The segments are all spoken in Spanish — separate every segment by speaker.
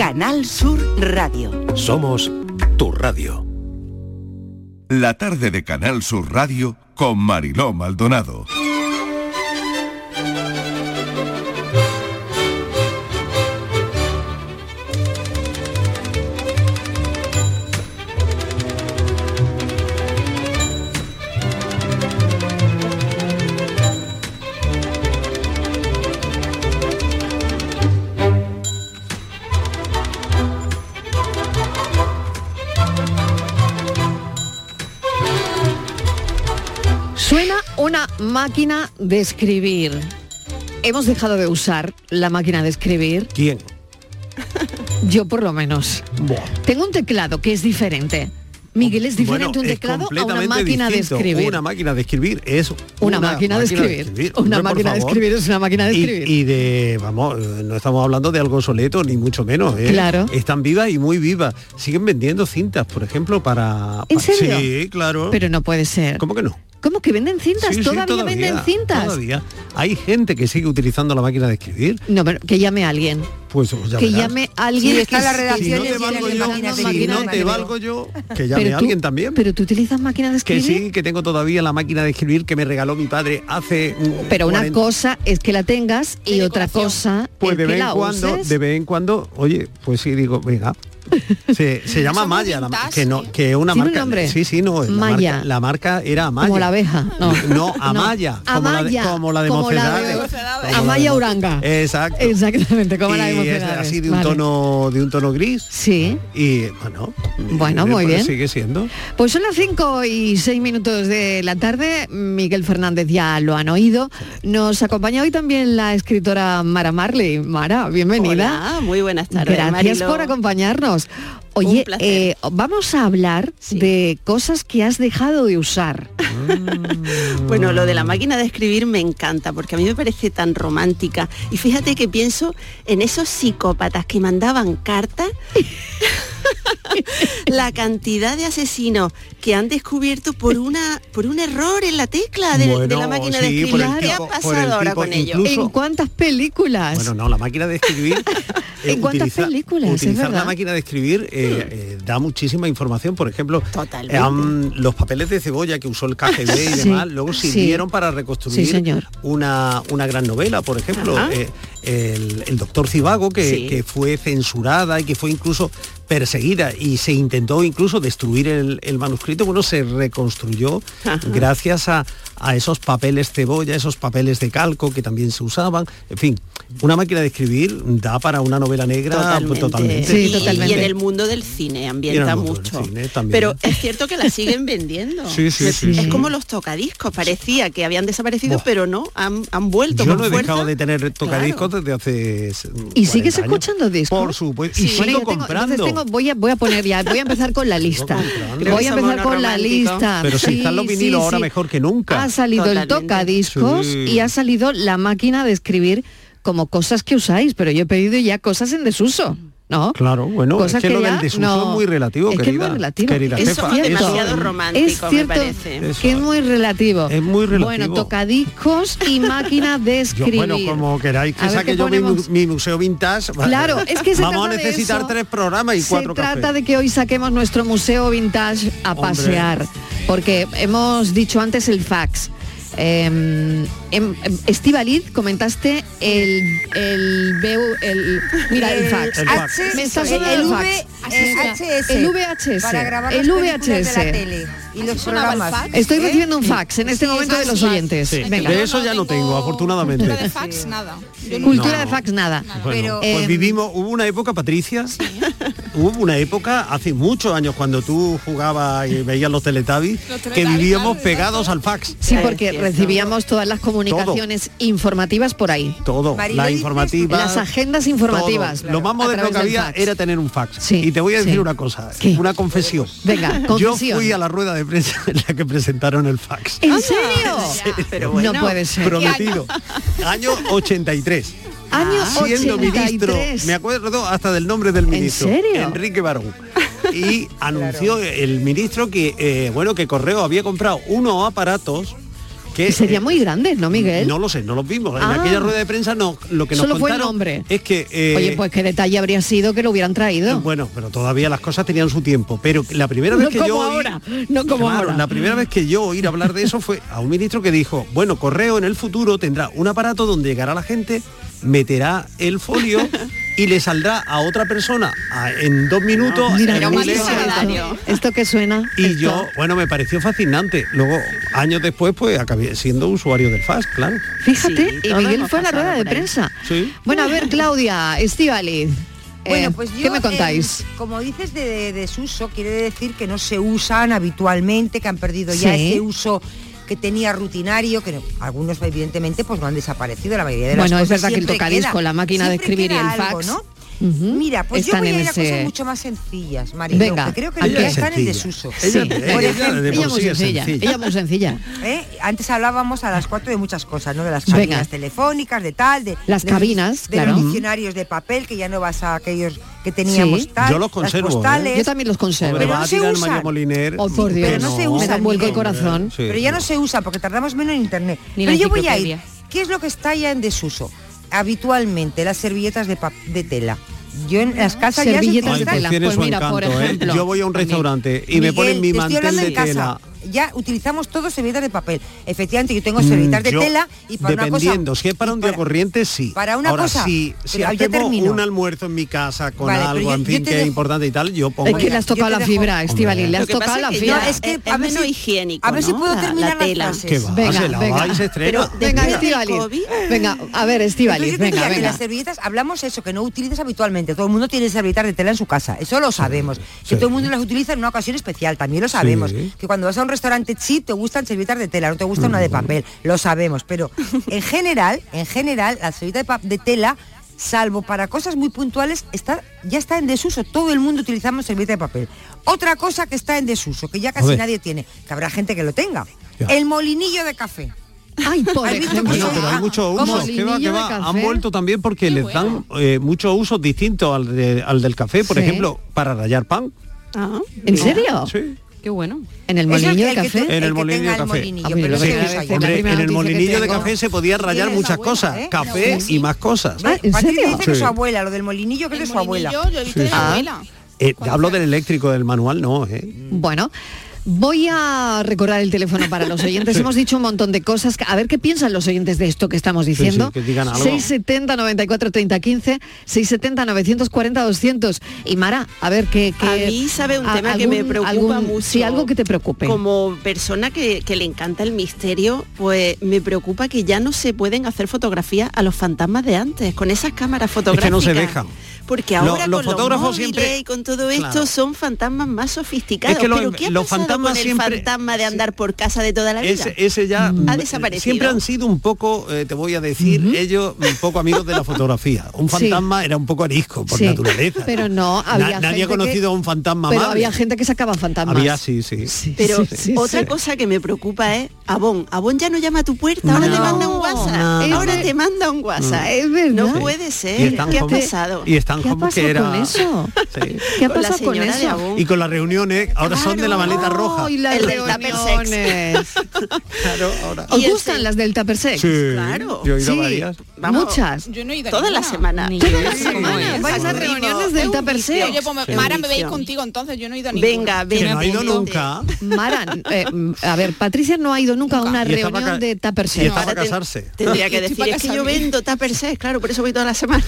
Speaker 1: Canal Sur Radio.
Speaker 2: Somos tu radio.
Speaker 3: La tarde de Canal Sur Radio con Mariló Maldonado.
Speaker 4: Suena una máquina de escribir. Hemos dejado de usar la máquina de escribir.
Speaker 5: ¿Quién?
Speaker 4: Yo por lo menos. Tengo un teclado que es diferente. Miguel, es diferente
Speaker 5: Bueno,
Speaker 4: un
Speaker 5: es
Speaker 4: teclado a una
Speaker 5: completamente
Speaker 4: máquina
Speaker 5: distinto.
Speaker 4: de escribir.
Speaker 5: Una máquina de escribir es
Speaker 4: Una máquina de escribir. Una
Speaker 5: Hombre, por
Speaker 4: máquina de
Speaker 5: favor.
Speaker 4: escribir es una máquina de
Speaker 5: Y-
Speaker 4: escribir.
Speaker 5: Y, de, vamos, eh, no estamos hablando de algo obsoleto, ni mucho menos. ¿eh?
Speaker 4: Claro.
Speaker 5: Están vivas y muy vivas. Siguen vendiendo cintas, por ejemplo, para...
Speaker 4: ¿En
Speaker 5: pa-
Speaker 4: serio?
Speaker 5: Sí, claro.
Speaker 4: Pero no puede ser.
Speaker 5: ¿Cómo que no?
Speaker 4: ¿Cómo que venden cintas?
Speaker 5: Sí, sí,
Speaker 4: ¿Todavía, venden cintas?
Speaker 5: Todavía. Hay gente que sigue utilizando la máquina de escribir.
Speaker 4: No, pero que llame a alguien.
Speaker 5: Pues ya
Speaker 4: que
Speaker 5: verás.
Speaker 4: llame a alguien.
Speaker 5: Sí, está
Speaker 4: que-
Speaker 5: la redacción
Speaker 4: que-
Speaker 5: y Si no te valgo yo,
Speaker 4: máquina de
Speaker 5: si
Speaker 4: escribir.
Speaker 5: no te valgo yo, que llame
Speaker 4: Pero
Speaker 5: a
Speaker 4: tú-
Speaker 5: alguien también.
Speaker 4: Pero tú utilizas máquinas de
Speaker 5: Que
Speaker 4: escribir.
Speaker 5: sí, que tengo todavía la máquina de escribir que me regaló mi padre hace... mm,
Speaker 4: Pero una
Speaker 5: 40
Speaker 4: cosa es que la tengas y otra cosa
Speaker 5: Pues
Speaker 4: es
Speaker 5: de
Speaker 4: que
Speaker 5: vez en
Speaker 4: la
Speaker 5: cuando,
Speaker 4: uses.
Speaker 5: de vez en cuando, oye, pues sí digo, venga. Se, se llama
Speaker 4: Son muy
Speaker 5: Maya, la ma-
Speaker 4: vintage,
Speaker 5: que no, que una
Speaker 4: ¿Tiene un
Speaker 5: marca.
Speaker 4: nombre?
Speaker 5: Sí, sí, no. la
Speaker 4: Maya.
Speaker 5: marca- La marca, era Amaya.
Speaker 4: Como la abeja, no.
Speaker 5: No, Amaya.
Speaker 4: No,
Speaker 5: Como, la de,
Speaker 4: Amaya,
Speaker 5: como la de
Speaker 4: como la de
Speaker 5: Mocedades.
Speaker 4: Mocedades.
Speaker 5: Como la
Speaker 4: Amaya
Speaker 5: de-
Speaker 4: Uranga.
Speaker 5: Exacto.
Speaker 4: Exactamente, como la de
Speaker 5: Y es de-
Speaker 4: Mocedades,
Speaker 5: así de un
Speaker 4: vale.
Speaker 5: tono, de un tono gris.
Speaker 4: Sí.
Speaker 5: Y bueno.
Speaker 4: Bueno,
Speaker 5: eh,
Speaker 4: muy
Speaker 5: pues
Speaker 4: bien.
Speaker 5: Sigue siendo.
Speaker 4: Pues son las 5 y 6 minutos de la tarde. Miguel Fernández ya lo han oído. Nos acompaña hoy también la escritora Mara Marley. Mara, bienvenida.
Speaker 6: Hola, muy buenas tardes.
Speaker 4: Gracias
Speaker 6: Mariló.
Speaker 4: por acompañarnos. Oye,
Speaker 6: Un placer.
Speaker 4: eh, vamos a hablar de cosas que has dejado de usar.
Speaker 6: Bueno, lo de la máquina de escribir me encanta porque a mí me parece tan romántica. Y fíjate que pienso en esos psicópatas que mandaban cartas. la cantidad de asesinos que han descubierto por una por un error en la tecla de, de la
Speaker 5: Bueno,
Speaker 6: máquina de
Speaker 5: sí,
Speaker 6: escribir.
Speaker 5: por el
Speaker 6: ¿Qué ha
Speaker 5: tipo- por el
Speaker 6: pasado ahora
Speaker 5: tipo
Speaker 6: con ellos?
Speaker 5: incluso-
Speaker 4: ¿En cuántas películas?
Speaker 5: Bueno, no, la máquina de escribir. eh,
Speaker 4: ¿En cuántas películas? Es
Speaker 5: Utilizar la
Speaker 4: verdad. Hmm.
Speaker 5: máquina de escribir eh, eh, da muchísima información. Por ejemplo,
Speaker 6: Totalmente.
Speaker 5: eh, am, los papeles de cebolla que usó el KGB y
Speaker 4: Sí,
Speaker 5: demás, luego
Speaker 4: sí.
Speaker 5: sirvieron para reconstruir
Speaker 4: Sí, señor.
Speaker 5: Una, una gran novela, por ejemplo,
Speaker 4: Ajá.
Speaker 5: eh, el, el doctor Cibago, que,
Speaker 4: Sí.
Speaker 5: que fue censurada y que fue incluso perseguida y se intentó incluso destruir el, el manuscrito, bueno, se reconstruyó
Speaker 7: Ajá.
Speaker 5: gracias a, a esos papeles cebolla, esos papeles de calco que también se usaban, en fin, una máquina de escrir da para una novela negra pues, totalmente.
Speaker 6: Y- Y en el mundo del cine ambienta
Speaker 5: Y en el mundo del
Speaker 6: mucho.
Speaker 5: cine ¿eh? también.
Speaker 6: Pero es cierto que la siguen vendiendo.
Speaker 5: Sí, sí,
Speaker 6: es
Speaker 5: sí, sí.
Speaker 6: como los tocadiscos. Parecía que habían desaparecido, pero no, han, han vuelto
Speaker 5: Yo
Speaker 6: con
Speaker 5: no he
Speaker 6: fuerza.
Speaker 5: dejado de tener tocadiscos desde hace mm,
Speaker 4: ¿Y sigues escuchando discos?
Speaker 5: Por supuesto, y sigo
Speaker 4: Bueno, yo tengo-
Speaker 5: comprando.
Speaker 4: entonces tengo- voy, a, voy a poner ya, voy a empezar con la lista. Voy a empezar con la lista.
Speaker 5: Pero si están los
Speaker 4: Sí,
Speaker 5: vinilos
Speaker 4: sí,
Speaker 5: ahora
Speaker 4: sí.
Speaker 5: mejor que nunca.
Speaker 4: Ha salido el tocadiscos
Speaker 5: Sí.
Speaker 4: y ha salido la máquina de escribir como cosas que usáis, pero yo he pedido ya cosas en desuso. ¿No?
Speaker 5: Claro, Oh, bueno,
Speaker 4: Cosas
Speaker 5: es que, lo
Speaker 4: ya
Speaker 5: del desuso
Speaker 4: no.
Speaker 5: es muy relativo,
Speaker 4: Es que
Speaker 5: querida.
Speaker 4: es muy relativo.
Speaker 5: querida
Speaker 4: Eso
Speaker 5: jefa.
Speaker 4: es cierto.
Speaker 5: Eso-
Speaker 4: Es cierto que es muy relativo.
Speaker 5: Es muy relativo.
Speaker 4: Bueno, tocadiscos y máquina de
Speaker 5: Yo,
Speaker 4: escribir.
Speaker 5: bueno, como queráis que
Speaker 4: A ver
Speaker 5: saque
Speaker 4: qué
Speaker 5: yo mi, mu-
Speaker 4: ponemos.
Speaker 5: mi museo vintage. vale.
Speaker 4: Claro, es que se
Speaker 5: Vamos
Speaker 4: trata
Speaker 5: a
Speaker 4: de
Speaker 5: necesitar
Speaker 4: eso.
Speaker 5: tres programas y
Speaker 4: Se
Speaker 5: cuatro
Speaker 4: trata
Speaker 5: cafés.
Speaker 4: de que hoy saquemos nuestro museo vintage a
Speaker 5: Hombre.
Speaker 4: pasear, porque hemos dicho antes el fax. Eh, em- em, Estivaliz, comentaste el el, BU el- mira el fax.
Speaker 8: El fax.
Speaker 4: Me está sonando
Speaker 8: El
Speaker 4: el
Speaker 8: V-
Speaker 4: fax.
Speaker 8: eh,
Speaker 4: Me
Speaker 8: HS.
Speaker 4: está- El VHS.
Speaker 8: Para grabar
Speaker 4: el
Speaker 8: las películas de la
Speaker 4: VHS.
Speaker 8: tele y los
Speaker 4: sonaba el
Speaker 8: programas.
Speaker 4: fax? Estoy recibiendo un ¿Eh? fax en este momento de los oyentes.
Speaker 5: Sí,
Speaker 4: Venga.
Speaker 5: De eso ya no tengo, afortunadamente.
Speaker 9: Cultura de fax, nada. Yo no-
Speaker 4: Cultura
Speaker 5: No.
Speaker 4: de fax nada.
Speaker 5: Bueno,
Speaker 4: Eh,
Speaker 5: pues vivimos, hubo una época, Patricia, hubo una época hace muchos años cuando tú jugabas y veías los Teletubbies,
Speaker 4: Los
Speaker 5: que
Speaker 4: Teletubbies,
Speaker 5: vivíamos pegados al fax.
Speaker 4: Sí, porque recibíamos todas las comunicaciones informativas por ahí.
Speaker 5: Todo, la informativa.
Speaker 4: Las agendas informativas.
Speaker 5: Lo más
Speaker 4: a
Speaker 5: moderno
Speaker 4: través
Speaker 5: que
Speaker 4: del
Speaker 5: había
Speaker 4: fax.
Speaker 5: era tener un fax. y te voy a decir una cosa, una confesión.
Speaker 4: Venga,
Speaker 5: Yo
Speaker 4: confesión.
Speaker 5: fui a la rueda de prensa en la que presentaron el fax.
Speaker 4: ¿En serio?
Speaker 5: Pero
Speaker 4: bueno. No puede ser. Ah,
Speaker 5: Prometido. Año 83.
Speaker 4: Año
Speaker 5: Siendo
Speaker 4: 83.
Speaker 5: ministro, me acuerdo hasta del nombre del ministro,
Speaker 4: serio?
Speaker 5: Enrique Barón. Y anunció el ministro que, eh, bueno, que Correo había comprado unos aparatos que
Speaker 4: Sería muy grande, ¿no, Miguel?
Speaker 5: no lo sé, no los vimos. En
Speaker 4: ¿Eh? Ah.
Speaker 5: aquella rueda de prensa no, lo que nos
Speaker 4: Solo fue el
Speaker 5: contaron
Speaker 4: nombre.
Speaker 5: es que eh,
Speaker 4: Oye, pues qué detalle habría sido que lo hubieran traído.
Speaker 5: Bueno, pero todavía las cosas tenían su tiempo. Pero la primera vez
Speaker 4: No
Speaker 5: que
Speaker 4: como
Speaker 5: yo oí-
Speaker 4: ahora, no como
Speaker 5: Claro,
Speaker 4: ahora.
Speaker 5: La primera vez que yo oír hablar de eso fue a un ministro que dijo, bueno, correo en el futuro tendrá un aparato donde llegará la gente, meterá el folio y le saldrá a otra persona a- en dos minutos.
Speaker 4: Ah, Mira,
Speaker 5: en
Speaker 4: qué
Speaker 5: un
Speaker 9: María
Speaker 4: bonito
Speaker 5: mes,
Speaker 9: Sagrada.
Speaker 5: esto.
Speaker 4: esto, esto que suena.
Speaker 5: y
Speaker 4: esto.
Speaker 5: yo, bueno, me pareció fascinante. Luego, años después, pues acabé siendo usuario del FAS, claro.
Speaker 6: Sí,
Speaker 4: Fíjate, y
Speaker 6: todos
Speaker 4: Miguel
Speaker 6: hemos
Speaker 4: fue a la
Speaker 6: pasado
Speaker 4: rueda de
Speaker 6: por ahí.
Speaker 4: prensa.
Speaker 5: Sí.
Speaker 4: Bueno, a ver, Claudia, Estivali. eh,
Speaker 7: Bueno, pues yo,
Speaker 4: ¿Qué me
Speaker 7: eh,
Speaker 4: contáis?
Speaker 7: como dices de, de desuso, quiere decir que no se usan habitualmente, que han perdido ya
Speaker 4: Sí.
Speaker 7: ese uso que tenía rutinario, que no- algunos evidentemente pues no han desaparecido, la mayoría de las
Speaker 4: Bueno, es
Speaker 7: cosas
Speaker 4: verdad que el
Speaker 7: siempre
Speaker 4: tocadisco,
Speaker 7: queda-
Speaker 4: la máquina de
Speaker 7: siempre
Speaker 4: escribir y
Speaker 7: queda
Speaker 4: el
Speaker 7: algo,
Speaker 4: fax,
Speaker 7: ¿no?
Speaker 4: ujú,
Speaker 7: Mira, pues yo
Speaker 4: están
Speaker 7: voy a
Speaker 4: en
Speaker 7: ir a cosas
Speaker 4: ese-
Speaker 7: mucho más sencillas, María,
Speaker 4: Venga,
Speaker 7: que creo que
Speaker 4: ¿a
Speaker 7: nunca
Speaker 4: qué?
Speaker 5: es
Speaker 7: están en
Speaker 5: sencilla.
Speaker 7: desuso.
Speaker 5: Ella,
Speaker 4: Sí.
Speaker 5: ella
Speaker 7: Por
Speaker 5: de
Speaker 7: ejemplo,
Speaker 5: por
Speaker 4: Ella muy
Speaker 5: sí es
Speaker 4: sencilla,
Speaker 5: sencilla.
Speaker 4: ella muy sencilla.
Speaker 7: ¿eh? Antes hablábamos a las 4 de muchas cosas, ¿no? De las
Speaker 4: Venga.
Speaker 7: cabinas telefónicas, de tal, de
Speaker 4: Las
Speaker 7: de los-
Speaker 4: cabinas,
Speaker 7: de
Speaker 4: claro.
Speaker 7: los diccionarios de papel que ya no vas a aquellos que teníamos
Speaker 4: Sí.
Speaker 7: tal,
Speaker 5: Yo los
Speaker 7: las
Speaker 5: conservo, ¿eh?
Speaker 7: postales,
Speaker 4: Yo también los conservo.
Speaker 5: Hombre,
Speaker 7: Pero
Speaker 5: va
Speaker 7: no
Speaker 5: a
Speaker 7: se
Speaker 5: tirar
Speaker 7: usan.
Speaker 5: María Moliner.
Speaker 4: Oh, por Dios.
Speaker 7: Pero no se usa
Speaker 4: Me da un vuelco el
Speaker 7: Miguel.
Speaker 4: corazón.
Speaker 5: Sí.
Speaker 7: pero ya no se usa porque tardamos menos en internet.
Speaker 8: Ni la
Speaker 7: pero yo voy a ir.
Speaker 8: enciclopedia.
Speaker 7: ¿Qué es lo que está ya en desuso? Habitualmente las servilletas de, pap- de tela. Yo en las casas ya se
Speaker 4: Servilletas de
Speaker 7: utilizan-
Speaker 4: tela.
Speaker 5: tiene
Speaker 4: Pues
Speaker 5: su
Speaker 4: mira, por
Speaker 5: encanto, ¿eh?
Speaker 4: ejemplo,
Speaker 5: Yo voy a un
Speaker 4: también.
Speaker 5: restaurante y me
Speaker 7: Miguel,
Speaker 5: ponen mi
Speaker 7: te estoy
Speaker 5: mantel
Speaker 7: hablando
Speaker 5: de
Speaker 7: en casa.
Speaker 5: tela. Mm,
Speaker 7: Ya utilizamos todos servilletas de papel. Efectivamente, yo tengo servilletas de
Speaker 5: Yo,
Speaker 7: tela y para una cosa.
Speaker 5: dependiendo, si es para un
Speaker 7: y
Speaker 5: día corriente, sí.
Speaker 7: Para una
Speaker 5: Ahora,
Speaker 7: cosa.
Speaker 5: Si, si
Speaker 7: pero ya
Speaker 5: hacemos
Speaker 7: termino.
Speaker 5: un almuerzo en mi casa con
Speaker 7: Vale, pero
Speaker 5: algo,
Speaker 7: yo-
Speaker 5: en
Speaker 7: yo te
Speaker 5: fin, que es
Speaker 7: dejo-
Speaker 5: importante y tal, yo pongo...
Speaker 4: Es que le has
Speaker 7: Yo te
Speaker 4: tocado la
Speaker 7: dejo-
Speaker 4: fibra, Estivali, le
Speaker 5: Hombre.
Speaker 4: has
Speaker 6: Lo que
Speaker 4: tocado
Speaker 6: pasa
Speaker 4: la
Speaker 6: es que
Speaker 4: fibra.
Speaker 7: No, es que
Speaker 6: Es-
Speaker 7: a
Speaker 6: es
Speaker 7: ver
Speaker 6: menos
Speaker 7: si-
Speaker 6: higiénico,
Speaker 7: A ver si
Speaker 6: ¿no?
Speaker 7: puedo
Speaker 6: La- la
Speaker 7: terminar la,
Speaker 6: tela.
Speaker 7: frase.
Speaker 5: que va,
Speaker 4: Venga,
Speaker 5: se la
Speaker 4: venga.
Speaker 5: va y se estrena.
Speaker 6: Pero-
Speaker 4: Venga,
Speaker 6: después del
Speaker 4: Estivali.
Speaker 6: COVID-
Speaker 4: Venga, a ver, Estivali,
Speaker 7: Entonces yo te
Speaker 4: venga,
Speaker 7: diría que
Speaker 4: venga.
Speaker 7: las servilletas, hablamos eso, que no utilizas habitualmente. Todo el mundo tiene servilletas de tela en su casa, eso lo sabemos.
Speaker 5: sí.
Speaker 7: Que todo el mundo las utiliza en una ocasión especial, también lo sabemos. Que cuando vas a un restaurante chip te gustan servilletas de tela, no te gusta una de papel, lo sabemos. Pero en general, en general, la servilleta de, pa- de tela, salvo para cosas muy puntuales, está, ya está en desuso. Todo el mundo utilizamos servilleta de papel. Otra cosa que está en desuso, que ya casi
Speaker 5: ver.
Speaker 7: nadie tiene, que habrá gente que lo tenga.
Speaker 5: Ya.
Speaker 7: El molinillo de café.
Speaker 4: Ay, por
Speaker 7: ¿Has visto
Speaker 4: ejemplo.
Speaker 7: que
Speaker 5: Bueno, pero hay
Speaker 7: Ah,
Speaker 5: mucho
Speaker 4: como
Speaker 5: uso, que va, que
Speaker 4: molinillo de
Speaker 5: va.
Speaker 4: café.
Speaker 5: Han vuelto también porque les dan eh, muchos usos distintos al, de- al del café, por
Speaker 4: Sí.
Speaker 5: ejemplo, para rallar pan.
Speaker 6: Ah,
Speaker 4: ¿En
Speaker 6: mira.
Speaker 4: serio?
Speaker 5: Sí.
Speaker 8: Qué bueno.
Speaker 4: En el
Speaker 7: Eso es
Speaker 4: molinillo
Speaker 7: el
Speaker 4: de
Speaker 7: que tú-
Speaker 4: café.
Speaker 5: En el
Speaker 7: que
Speaker 5: molinillo
Speaker 7: tenga
Speaker 5: de
Speaker 7: el
Speaker 5: café.
Speaker 7: molinillo,
Speaker 4: Hombre,
Speaker 7: pero
Speaker 4: lo
Speaker 7: se
Speaker 4: que
Speaker 7: usa
Speaker 4: es
Speaker 7: ya.
Speaker 4: la
Speaker 5: Hombre,
Speaker 4: primera
Speaker 5: en el
Speaker 4: noticia que
Speaker 5: molinillo de
Speaker 4: tengo.
Speaker 5: café se podía rallar
Speaker 9: es la
Speaker 5: muchas
Speaker 9: buena,
Speaker 5: cosas,
Speaker 7: ¿eh?
Speaker 5: café
Speaker 4: Sí.
Speaker 5: y más cosas.
Speaker 4: Ah, ¿en
Speaker 7: Patricia
Speaker 4: serio?
Speaker 7: dice que es
Speaker 5: Sí.
Speaker 7: su abuela, lo del molinillo que es de su abuela.
Speaker 9: Yo lo he visto de mi
Speaker 4: Ah.
Speaker 9: abuela.
Speaker 5: Eh, hablo del eléctrico, del manual, no, ¿eh?
Speaker 4: Bueno, voy a recordar el teléfono para los oyentes. Hemos dicho un montón de cosas. A ver qué piensan los oyentes de esto que estamos
Speaker 5: sí,
Speaker 4: diciendo.
Speaker 5: que digan algo.
Speaker 4: 670 94 30 15, 670 940 200. Y Mara, a ver qué... qué
Speaker 6: A mí sabe un
Speaker 4: a-
Speaker 6: tema que me
Speaker 4: algún-
Speaker 6: preocupa
Speaker 4: algún-
Speaker 6: mucho.
Speaker 4: Sí, algo que te preocupe.
Speaker 6: Como persona que, que le encanta el misterio, pues me preocupa que ya no se pueden hacer fotografías a los fantasmas de antes, con esas cámaras fotográficas.
Speaker 5: no se dejan.
Speaker 6: Porque
Speaker 5: Lo-
Speaker 6: ahora
Speaker 5: los
Speaker 6: con
Speaker 5: fotógrafos
Speaker 6: los móviles
Speaker 5: siempre-
Speaker 6: y con todo esto
Speaker 5: Claro.
Speaker 6: son fantasmas más sofisticados.
Speaker 5: Es que lo- em-
Speaker 6: Pero ¿qué ha
Speaker 5: los
Speaker 6: pasado
Speaker 5: fantasmas
Speaker 6: con el
Speaker 5: siempre-
Speaker 6: fantasma de andar por casa de toda la vida?
Speaker 5: Ese, ese ya mm,
Speaker 6: desaparecido.
Speaker 5: siempre han sido un poco, eh, te voy a decir, ellos un poco amigos de la fotografía. Un
Speaker 4: Sí.
Speaker 5: fantasma era un poco arisco por
Speaker 4: Sí,
Speaker 5: naturaleza.
Speaker 4: Pero no, había
Speaker 5: nadie
Speaker 4: gente
Speaker 5: ha conocido
Speaker 4: que-
Speaker 5: a un fantasma
Speaker 4: Pero
Speaker 5: amable.
Speaker 4: había gente que sacaba fantasmas.
Speaker 5: Había, sí, sí.
Speaker 6: Pero
Speaker 4: sí, sí,
Speaker 6: otra
Speaker 4: sí.
Speaker 6: cosa que me preocupa es Avon. Avon ya no llama a tu puerta, ahora te
Speaker 5: No. Mm.
Speaker 6: manda un WhatsApp.
Speaker 4: No.
Speaker 6: Ahora
Speaker 4: Es
Speaker 6: te manda un WhatsApp.
Speaker 4: Es verdad.
Speaker 6: No
Speaker 4: Sí.
Speaker 6: puede
Speaker 5: Y
Speaker 6: ser.
Speaker 5: están
Speaker 6: ¿Qué ha
Speaker 5: como-
Speaker 6: pasado?
Speaker 5: Y están
Speaker 4: ¿Qué ha
Speaker 5: como
Speaker 4: pasado
Speaker 5: que era.
Speaker 4: con eso?
Speaker 5: Sí.
Speaker 4: ¿Qué ha
Speaker 6: Con la
Speaker 4: pasado con
Speaker 6: señora de
Speaker 4: eso?
Speaker 6: Avon.
Speaker 5: Y con las reuniones, ahora son de la
Speaker 4: Claro.
Speaker 5: maleta roja.
Speaker 4: Ay, las
Speaker 6: El del tupper sex.
Speaker 4: reuniones.
Speaker 5: Claro, ahora.
Speaker 4: ¿Os
Speaker 6: Y el
Speaker 4: gustan
Speaker 6: se-
Speaker 4: las del tupper sex?
Speaker 5: Sí,
Speaker 6: claro.
Speaker 5: Yo he ido a
Speaker 4: Sí,
Speaker 5: varias.
Speaker 6: Vamos.
Speaker 4: muchas.
Speaker 9: Yo no he ido a
Speaker 6: Toda la
Speaker 9: ninguna.
Speaker 6: semana.
Speaker 8: Ni
Speaker 4: Todas las
Speaker 8: Sí,
Speaker 4: semanas
Speaker 9: bueno,
Speaker 4: vais a
Speaker 9: es horrible.
Speaker 4: reuniones del
Speaker 6: Es un
Speaker 4: tupper
Speaker 6: vicio.
Speaker 4: sex.
Speaker 9: Oye, pues
Speaker 6: Sí.
Speaker 9: Mara me veis
Speaker 6: Bendición.
Speaker 9: contigo, entonces yo no he ido a ninguna.
Speaker 6: Venga,
Speaker 5: Que
Speaker 6: ven.
Speaker 5: no ha ido
Speaker 6: apúntate.
Speaker 5: nunca.
Speaker 4: Mara, eh, m- a ver, Patricia no ha ido nunca, a una
Speaker 5: Y estaba
Speaker 4: reunión
Speaker 5: ca-
Speaker 4: de tupper
Speaker 5: Y
Speaker 4: sex.
Speaker 5: estaba
Speaker 6: Ahora
Speaker 5: para
Speaker 6: ten-
Speaker 5: casarse.
Speaker 6: Tendría que
Speaker 9: Estoy
Speaker 6: decir,
Speaker 9: para
Speaker 6: es que yo
Speaker 9: casarme.
Speaker 6: vendo tupper sex, claro, por eso voy toda la semana.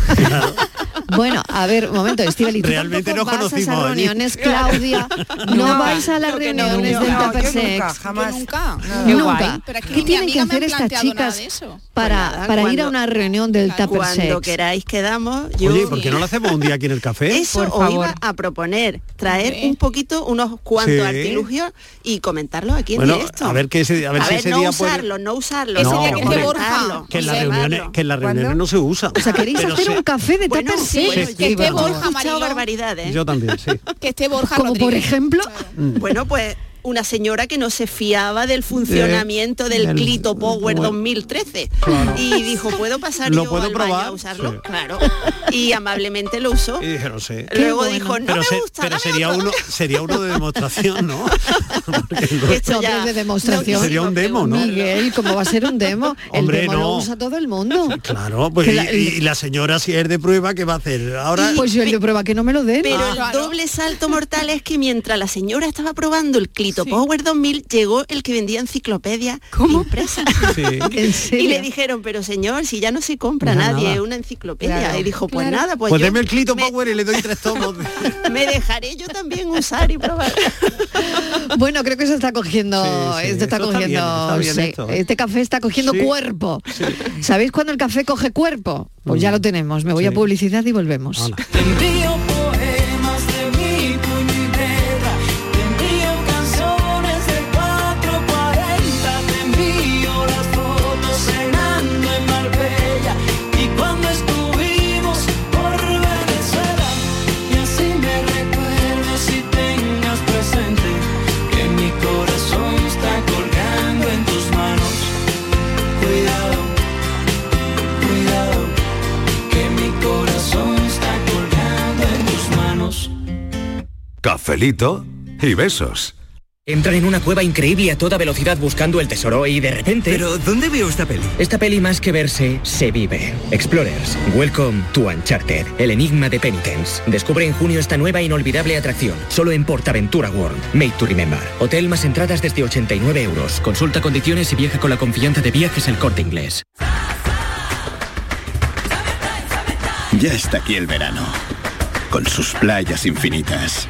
Speaker 4: Bueno, a ver, un momento, Estivali, tú
Speaker 5: Realmente
Speaker 4: tampoco
Speaker 5: nos
Speaker 4: vas a esas
Speaker 5: conocimos allí.
Speaker 4: reuniones, Claudia, no
Speaker 7: No,
Speaker 4: vais a las
Speaker 6: creo que no,
Speaker 4: reuniones
Speaker 6: no,
Speaker 4: del
Speaker 7: yo
Speaker 4: tupper
Speaker 7: nunca,
Speaker 4: sex.
Speaker 7: jamás.
Speaker 9: Yo nunca.
Speaker 7: Nada.
Speaker 8: Qué
Speaker 4: Nunca.
Speaker 8: guay.
Speaker 9: Pero es que
Speaker 4: ¿Qué
Speaker 9: mi
Speaker 4: tienen que
Speaker 9: amiga me
Speaker 4: hacer
Speaker 9: ha
Speaker 4: estas
Speaker 9: planteado nada
Speaker 4: chicas
Speaker 9: de eso.
Speaker 4: para,
Speaker 6: Pues nada,
Speaker 4: para ir a
Speaker 6: cuando-
Speaker 4: una reunión del
Speaker 9: Claro.
Speaker 4: tupper
Speaker 6: Cuando
Speaker 4: sex?
Speaker 6: queráis quedamos. Yo eh,
Speaker 5: Oye, ¿por qué no ¿Eh? lo hacemos un día aquí en el café?
Speaker 6: Eso
Speaker 8: Por
Speaker 6: os
Speaker 8: favor.
Speaker 6: iba a proponer, traer
Speaker 9: Hombre.
Speaker 6: un poquito, unos cuantos
Speaker 5: Sí.
Speaker 6: artilugios y comentarlos aquí en
Speaker 5: Bueno,
Speaker 6: directo.
Speaker 5: a ver que ese- a ver si ese
Speaker 6: no
Speaker 5: día puede-
Speaker 6: usarlo, no usarlo,
Speaker 5: Ese
Speaker 6: no,
Speaker 5: día que esté
Speaker 6: pero
Speaker 9: Borja.
Speaker 6: comentarlo,
Speaker 5: Que en las
Speaker 9: Observarlo.
Speaker 5: reuniones, que en las
Speaker 7: ¿Cuándo?
Speaker 5: reuniones no se usa.
Speaker 4: O sea, ¿queréis
Speaker 5: Pero
Speaker 4: hacer
Speaker 5: se-
Speaker 4: un café de pues,
Speaker 6: Bueno,
Speaker 4: tupper
Speaker 6: sí,
Speaker 4: sex?
Speaker 5: bueno,
Speaker 9: pues, que
Speaker 4: Sí,
Speaker 9: esté
Speaker 4: por favor.
Speaker 9: Borja.
Speaker 6: He escuchado
Speaker 9: Amarillo.
Speaker 6: barbaridades. ¿eh?
Speaker 5: Yo también, sí.
Speaker 9: Que esté Borja
Speaker 4: Como por
Speaker 9: Rodríguez.
Speaker 4: ejemplo...
Speaker 6: Bueno, pues una señora que no se fiaba del funcionamiento del
Speaker 10: del-
Speaker 6: Clito Power
Speaker 10: bueno.
Speaker 6: 2013
Speaker 10: Claro.
Speaker 6: y dijo, ¿puedo pasar
Speaker 10: ¿Lo
Speaker 6: yo
Speaker 10: puedo
Speaker 6: al baño a
Speaker 10: probar?
Speaker 6: usarlo?
Speaker 10: Sí.
Speaker 6: Claro. Y amablemente lo usó.
Speaker 10: Y dijeron, sí.
Speaker 6: Luego dijo, no
Speaker 10: pero
Speaker 6: me
Speaker 10: se-
Speaker 6: gusta,
Speaker 10: pero
Speaker 6: dame
Speaker 10: sería
Speaker 6: otro,
Speaker 10: uno,
Speaker 6: dame
Speaker 10: sería uno de demostración, ¿no?
Speaker 6: Esto ya-
Speaker 4: Sobre de demostración.
Speaker 10: Sería un demo, ¿no?
Speaker 4: Miguel, ¿cómo va a ser un demo?
Speaker 10: Hombre,
Speaker 4: el demo lo
Speaker 10: no.
Speaker 4: usa todo el mundo.
Speaker 10: Claro, pues
Speaker 4: Que
Speaker 10: y-
Speaker 4: la-
Speaker 10: y, y la señora si es de prueba, ¿qué va a hacer? Ahora
Speaker 4: Pues yo el de prueba que no me lo den. Ah,
Speaker 6: Pero
Speaker 9: Ah.
Speaker 6: el doble salto mortal es que mientras la señora estaba probando el Clito Power 2000, llegó el que vendía enciclopedia impresa.
Speaker 10: Sí.
Speaker 4: ¿En
Speaker 6: Y le
Speaker 4: serio?
Speaker 6: dijeron, pero señor, si ya no se compra
Speaker 10: Nada,
Speaker 6: nadie
Speaker 10: nada.
Speaker 6: una enciclopedia.
Speaker 11: Claro.
Speaker 6: Y dijo, pues
Speaker 12: Claro.
Speaker 6: nada, pues,
Speaker 10: Pues
Speaker 6: yo
Speaker 10: deme el clito
Speaker 6: me,
Speaker 10: power y le doy tres tomos.
Speaker 6: me dejaré yo también usar y probar.
Speaker 4: Bueno, creo que se está cogiendo,
Speaker 10: Sí, sí, esto
Speaker 4: esto está
Speaker 10: está
Speaker 4: cogiendo,
Speaker 10: bien, está bien
Speaker 4: sí,
Speaker 10: esto, ¿eh?
Speaker 4: este café está cogiendo
Speaker 10: Sí.
Speaker 4: cuerpo. ¿Sabéis cuándo el café coge cuerpo? Pues ya lo tenemos. Me voy
Speaker 10: Mm. Sí.
Speaker 4: a publicidad y volvemos.
Speaker 10: Hola.
Speaker 8: Te envío poemas de mi puñetera, te envío canciones de 440, te envío las fotos cenando en Marbella y cuando estuvimos por Venezuela y así me recuerdas y tengas presente que mi corazón está colgando en tus manos. Cuidado, cuidado que mi corazón está colgando en tus manos.
Speaker 13: Cafelito y besos.
Speaker 14: Entran en una cueva increíble y a toda velocidad buscando el tesoro y de repente... ¿Pero dónde veo esta peli? Esta peli más que verse, se vive. Explorers, welcome to Uncharted, el enigma de Penitence. Descubre en junio esta nueva e inolvidable atracción, solo en Portaventura World, made to remember. Hotel más entradas desde 89 euros. Consulta condiciones y viaja con la confianza de viajes el corte inglés.
Speaker 15: Ya está aquí el verano, con sus playas infinitas,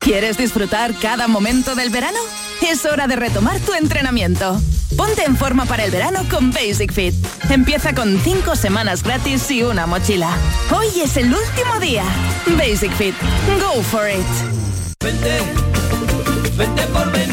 Speaker 8: ¿Quieres disfrutar cada momento del verano? Es hora de retomar tu entrenamiento. Ponte en forma para el verano con Basic Fit. Empieza con 5 semanas gratis y una mochila. Hoy es el último día. Basic Fit. Go for it.
Speaker 16: Vente, vente por 20,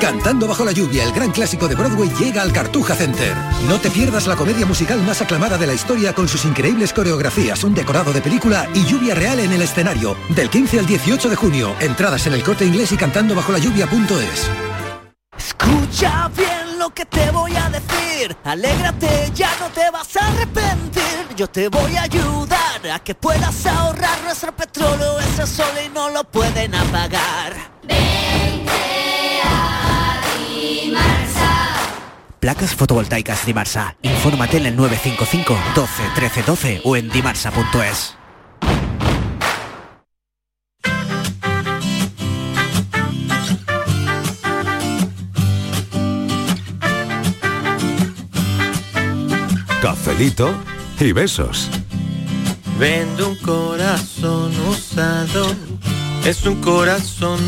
Speaker 5: Cantando bajo la lluvia, el gran clásico de Broadway Pues llega al Cartuja Center. No te pierdas la comedia musical más aclamada de la historia con sus increíbles coreografías, un decorado de película y lluvia real en el escenario. Del 15 al 18 de junio, entradas en el corte inglés y cantando bajo la lluvia.es.
Speaker 8: Escucha bien lo que te voy a decir. Alégrate, ya no te vas a arrepentir. Yo te voy a ayudar a que puedas ahorrar nuestro petróleo. Ese sol y no lo pueden apagar.
Speaker 14: Placas fotovoltaicas Dimarsa. Infórmate en el 955 12 13 12 o en dimarsa.es.
Speaker 13: Cafelito y besos.
Speaker 16: Vendo un corazón usado. Es un corazón.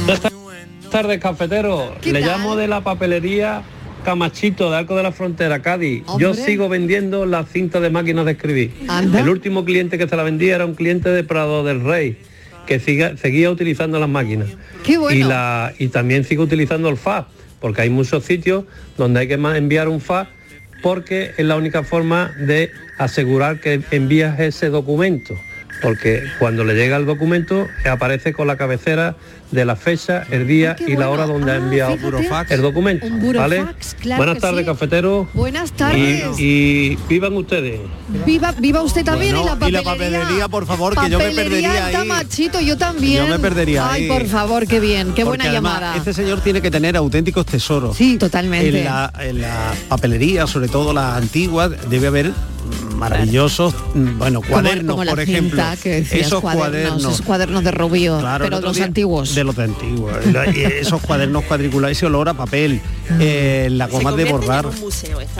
Speaker 17: tardes, cafetero.
Speaker 16: ¿Qué
Speaker 17: Le
Speaker 16: tal?
Speaker 17: llamo de la papelería Camachito de Arco de la Frontera, Cádiz. Yo
Speaker 16: Hombre.
Speaker 17: sigo vendiendo las cintas de máquinas de escribir.
Speaker 16: Anda.
Speaker 17: El último cliente que se la vendía era un cliente de Prado del Rey. que siga, seguía utilizando las máquinas.
Speaker 4: Qué bueno.
Speaker 17: Y, la, y también sigo utilizando el fax, porque hay muchos sitios donde hay que ma- enviar un fax porque es la única forma de asegurar que envías ese documento. Porque cuando le llega el documento aparece con la cabecera de la fecha,
Speaker 4: Ah,
Speaker 17: el día y la hora donde ha enviado
Speaker 5: fíjate.
Speaker 17: el documento.
Speaker 4: Un burofax,
Speaker 17: ¿vale?
Speaker 4: claro
Speaker 17: Buenas
Speaker 4: que
Speaker 17: tardes,
Speaker 4: sí.
Speaker 17: cafetero.
Speaker 4: Buenas
Speaker 17: Y,
Speaker 4: tardes.
Speaker 17: y vivan ustedes.
Speaker 4: Viva, viva usted también
Speaker 17: Bueno,
Speaker 4: y
Speaker 17: y
Speaker 4: la
Speaker 17: la
Speaker 4: papelería.
Speaker 5: papelería, por favor, que yo me
Speaker 4: Papelería
Speaker 5: perdería
Speaker 4: está
Speaker 5: ahí.
Speaker 4: machito, yo también.
Speaker 5: Yo me perdería
Speaker 4: Ay,
Speaker 5: ahí.
Speaker 4: por favor, qué bien, qué buena
Speaker 5: Porque además,
Speaker 4: llamada.
Speaker 5: Este señor tiene que tener auténticos tesoros.
Speaker 4: Sí, totalmente.
Speaker 5: En la, en la papelería, sobre todo las antiguas, debe haber maravillosos, mm, bueno,
Speaker 4: Como-
Speaker 5: cuadernos,
Speaker 4: como la
Speaker 5: por ejemplo.
Speaker 4: cinta que decías,
Speaker 5: esos
Speaker 4: cuadernos,
Speaker 5: cuadernos.
Speaker 4: esos cuadernos de Rubio,
Speaker 5: Claro, el
Speaker 4: pero de
Speaker 5: otro
Speaker 4: los
Speaker 5: día-
Speaker 4: antiguos.
Speaker 5: De los de antiguos. La- esos cuadernos cuadriculados, ese olor a papel,
Speaker 4: Ah.
Speaker 5: eh, la goma de borrar.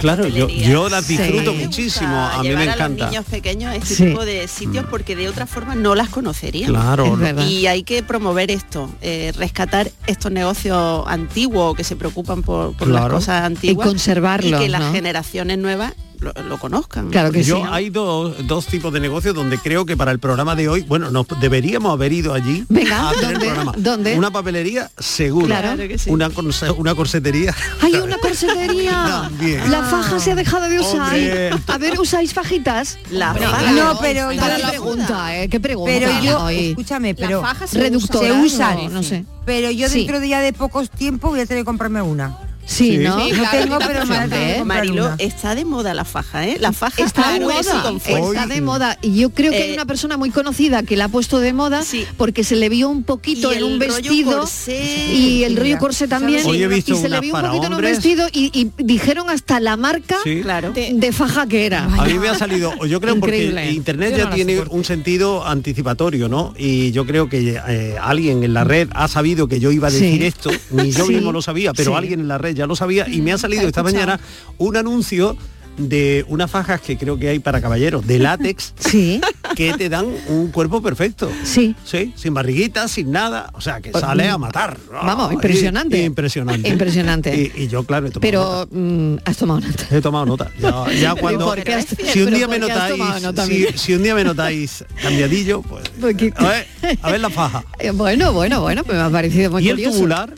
Speaker 5: Claro, yo, yo las
Speaker 6: Sí.
Speaker 5: disfruto
Speaker 6: A mí me
Speaker 5: muchísimo,
Speaker 6: gusta
Speaker 5: a mí me
Speaker 6: llevar a los
Speaker 5: encanta.
Speaker 6: niños pequeños a este
Speaker 5: Sí.
Speaker 6: tipo de sitios porque de otra forma no las conocerían.
Speaker 5: Claro, Es ¿no? verdad.
Speaker 6: y hay que promover esto, eh, rescatar estos negocios antiguos que se preocupan por, por las
Speaker 5: Claro.
Speaker 6: cosas antiguas
Speaker 4: Y conservarlos,
Speaker 6: y que las
Speaker 4: ¿no?
Speaker 6: generaciones nuevas lo, lo conozcan.
Speaker 5: Yo hay dos, dos tipos de negocios donde creo que para el programa de hoy, bueno, nos deberíamos haber ido allí.
Speaker 4: Venga,
Speaker 5: a hacer el
Speaker 4: ¿dónde?
Speaker 5: programa.
Speaker 4: ¿Dónde?
Speaker 5: Una papelería seguro.
Speaker 4: Claro que sí.
Speaker 5: Una, corse- una corsetería.
Speaker 4: Hay una corsetería.
Speaker 5: También. Ah.
Speaker 4: la faja se ha dejado de usar.
Speaker 5: Hombre.
Speaker 4: A ver, ¿usáis fajitas?
Speaker 6: La
Speaker 4: Bueno,
Speaker 7: faja.
Speaker 4: No,
Speaker 7: No,
Speaker 4: pero
Speaker 7: pero yo-
Speaker 4: la pregunta, ¿eh? ¿Qué pregunta?
Speaker 7: Pero yo,
Speaker 4: Ay.
Speaker 7: escúchame,
Speaker 4: La
Speaker 7: pero
Speaker 4: faja se
Speaker 7: reductora,
Speaker 4: usa.
Speaker 7: se usan.
Speaker 4: No, no sé.
Speaker 7: Pero yo
Speaker 4: Sí.
Speaker 7: dentro de ya de pocos tiempo voy a tener que comprarme una.
Speaker 4: Sí, Sí. ¿no? Sí,
Speaker 7: No
Speaker 4: claro,
Speaker 7: tengo, pero
Speaker 4: ahorita
Speaker 7: me
Speaker 4: te
Speaker 7: voy a tener
Speaker 4: sorprende,
Speaker 7: que
Speaker 4: ¿eh?
Speaker 7: comprar
Speaker 6: Marilo,
Speaker 7: una.
Speaker 6: está de moda la faja, ¿eh? La faja
Speaker 4: Está de
Speaker 6: ahora es
Speaker 4: moda,
Speaker 6: inconforme.
Speaker 4: está de moda y yo creo que hay
Speaker 6: Eh,
Speaker 4: una persona muy conocida que la ha puesto de moda porque se le vio un poquito
Speaker 6: Y
Speaker 4: en
Speaker 6: el
Speaker 4: un
Speaker 6: rollo
Speaker 4: vestido
Speaker 6: corsé.
Speaker 4: y el
Speaker 6: Mira,
Speaker 4: rollo corsé
Speaker 6: ¿sabes?
Speaker 4: también
Speaker 6: Hoy
Speaker 4: y
Speaker 6: he visto
Speaker 4: se le
Speaker 6: unas
Speaker 4: vio un
Speaker 6: para
Speaker 4: poquito en un
Speaker 5: hombres.
Speaker 4: vestido y, y dijeron hasta la marca
Speaker 5: Sí.
Speaker 4: de, de faja que era.
Speaker 5: A mí me ha salido, o yo creo
Speaker 4: Increíble.
Speaker 5: porque Internet
Speaker 4: Yo
Speaker 5: ya
Speaker 4: no la
Speaker 5: tiene
Speaker 4: soporto.
Speaker 5: un sentido anticipatorio, ¿no? Y yo creo que eh, alguien en la red ha sabido que yo iba a
Speaker 14: Sí.
Speaker 5: decir esto, ni yo
Speaker 14: Sí.
Speaker 5: mismo lo sabía, pero
Speaker 14: Sí.
Speaker 5: alguien en la red ya lo sabía y
Speaker 4: Mm,
Speaker 5: me ha salido
Speaker 14: te he
Speaker 5: esta
Speaker 14: escuchado.
Speaker 5: mañana un anuncio de unas fajas que creo que hay para caballeros de látex
Speaker 4: sí.
Speaker 5: que te dan un cuerpo perfecto.
Speaker 4: Sí. Pues mm,
Speaker 5: Sí, sin barriguita, sin nada, o sea, que sale a matar.
Speaker 4: Vamos,
Speaker 5: Ay,
Speaker 4: impresionante.
Speaker 5: impresionante.
Speaker 4: Impresionante.
Speaker 5: Y, y yo claro, he tomado
Speaker 4: Pero mm, has tomado nota.
Speaker 5: He tomado nota. Ya, ya
Speaker 4: Pero
Speaker 5: cuando
Speaker 4: ¿por qué has-
Speaker 5: si un día
Speaker 4: pero
Speaker 5: me
Speaker 4: por qué has tomado
Speaker 5: notáis,
Speaker 4: nota,
Speaker 5: si,
Speaker 4: Miguel?
Speaker 5: si un día me notáis cambiadillo, pues
Speaker 4: Porque-
Speaker 5: a ver, a ver la
Speaker 4: Eh,
Speaker 5: faja.
Speaker 4: Bueno, bueno, bueno, pues me ha parecido muy
Speaker 5: ¿Y el
Speaker 4: curioso.
Speaker 5: tubular?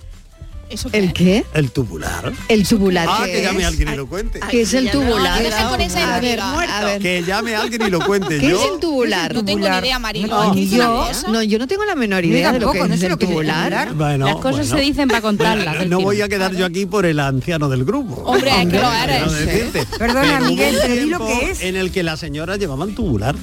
Speaker 4: ¿El qué?
Speaker 5: El tubular.
Speaker 4: El tubular.
Speaker 5: Ah,
Speaker 4: ¿qué
Speaker 5: que llame
Speaker 4: es?
Speaker 5: alguien y lo cuente.
Speaker 4: ¿Qué es el tubular?
Speaker 9: deja con esa
Speaker 4: A ver,
Speaker 9: intriga.
Speaker 4: a ver.
Speaker 5: Que llame alguien y lo cuente.
Speaker 4: ¿Qué
Speaker 5: yo
Speaker 4: es el
Speaker 18: Pues
Speaker 4: tubular?
Speaker 9: No tengo ni idea, Marilo.
Speaker 4: No,
Speaker 9: Aquí es una
Speaker 4: yo,
Speaker 9: cosa.
Speaker 4: no, yo no tengo la menor
Speaker 9: Yo
Speaker 4: idea de lo
Speaker 9: tampoco,
Speaker 4: que
Speaker 9: no
Speaker 4: es
Speaker 9: sé
Speaker 4: el
Speaker 9: lo que es el
Speaker 4: tubular.
Speaker 5: Bueno, bueno.
Speaker 4: para
Speaker 5: Bueno, no voy a quedar yo aquí por el anciano del grupo.
Speaker 4: Hombre, es que lo eres.
Speaker 5: quiero decirte.
Speaker 4: Perdona,
Speaker 5: Pero hubo
Speaker 4: Miguel,
Speaker 5: un
Speaker 4: pero di lo
Speaker 5: tiempo
Speaker 4: que es.
Speaker 5: En el que las señoras llevaban tubular.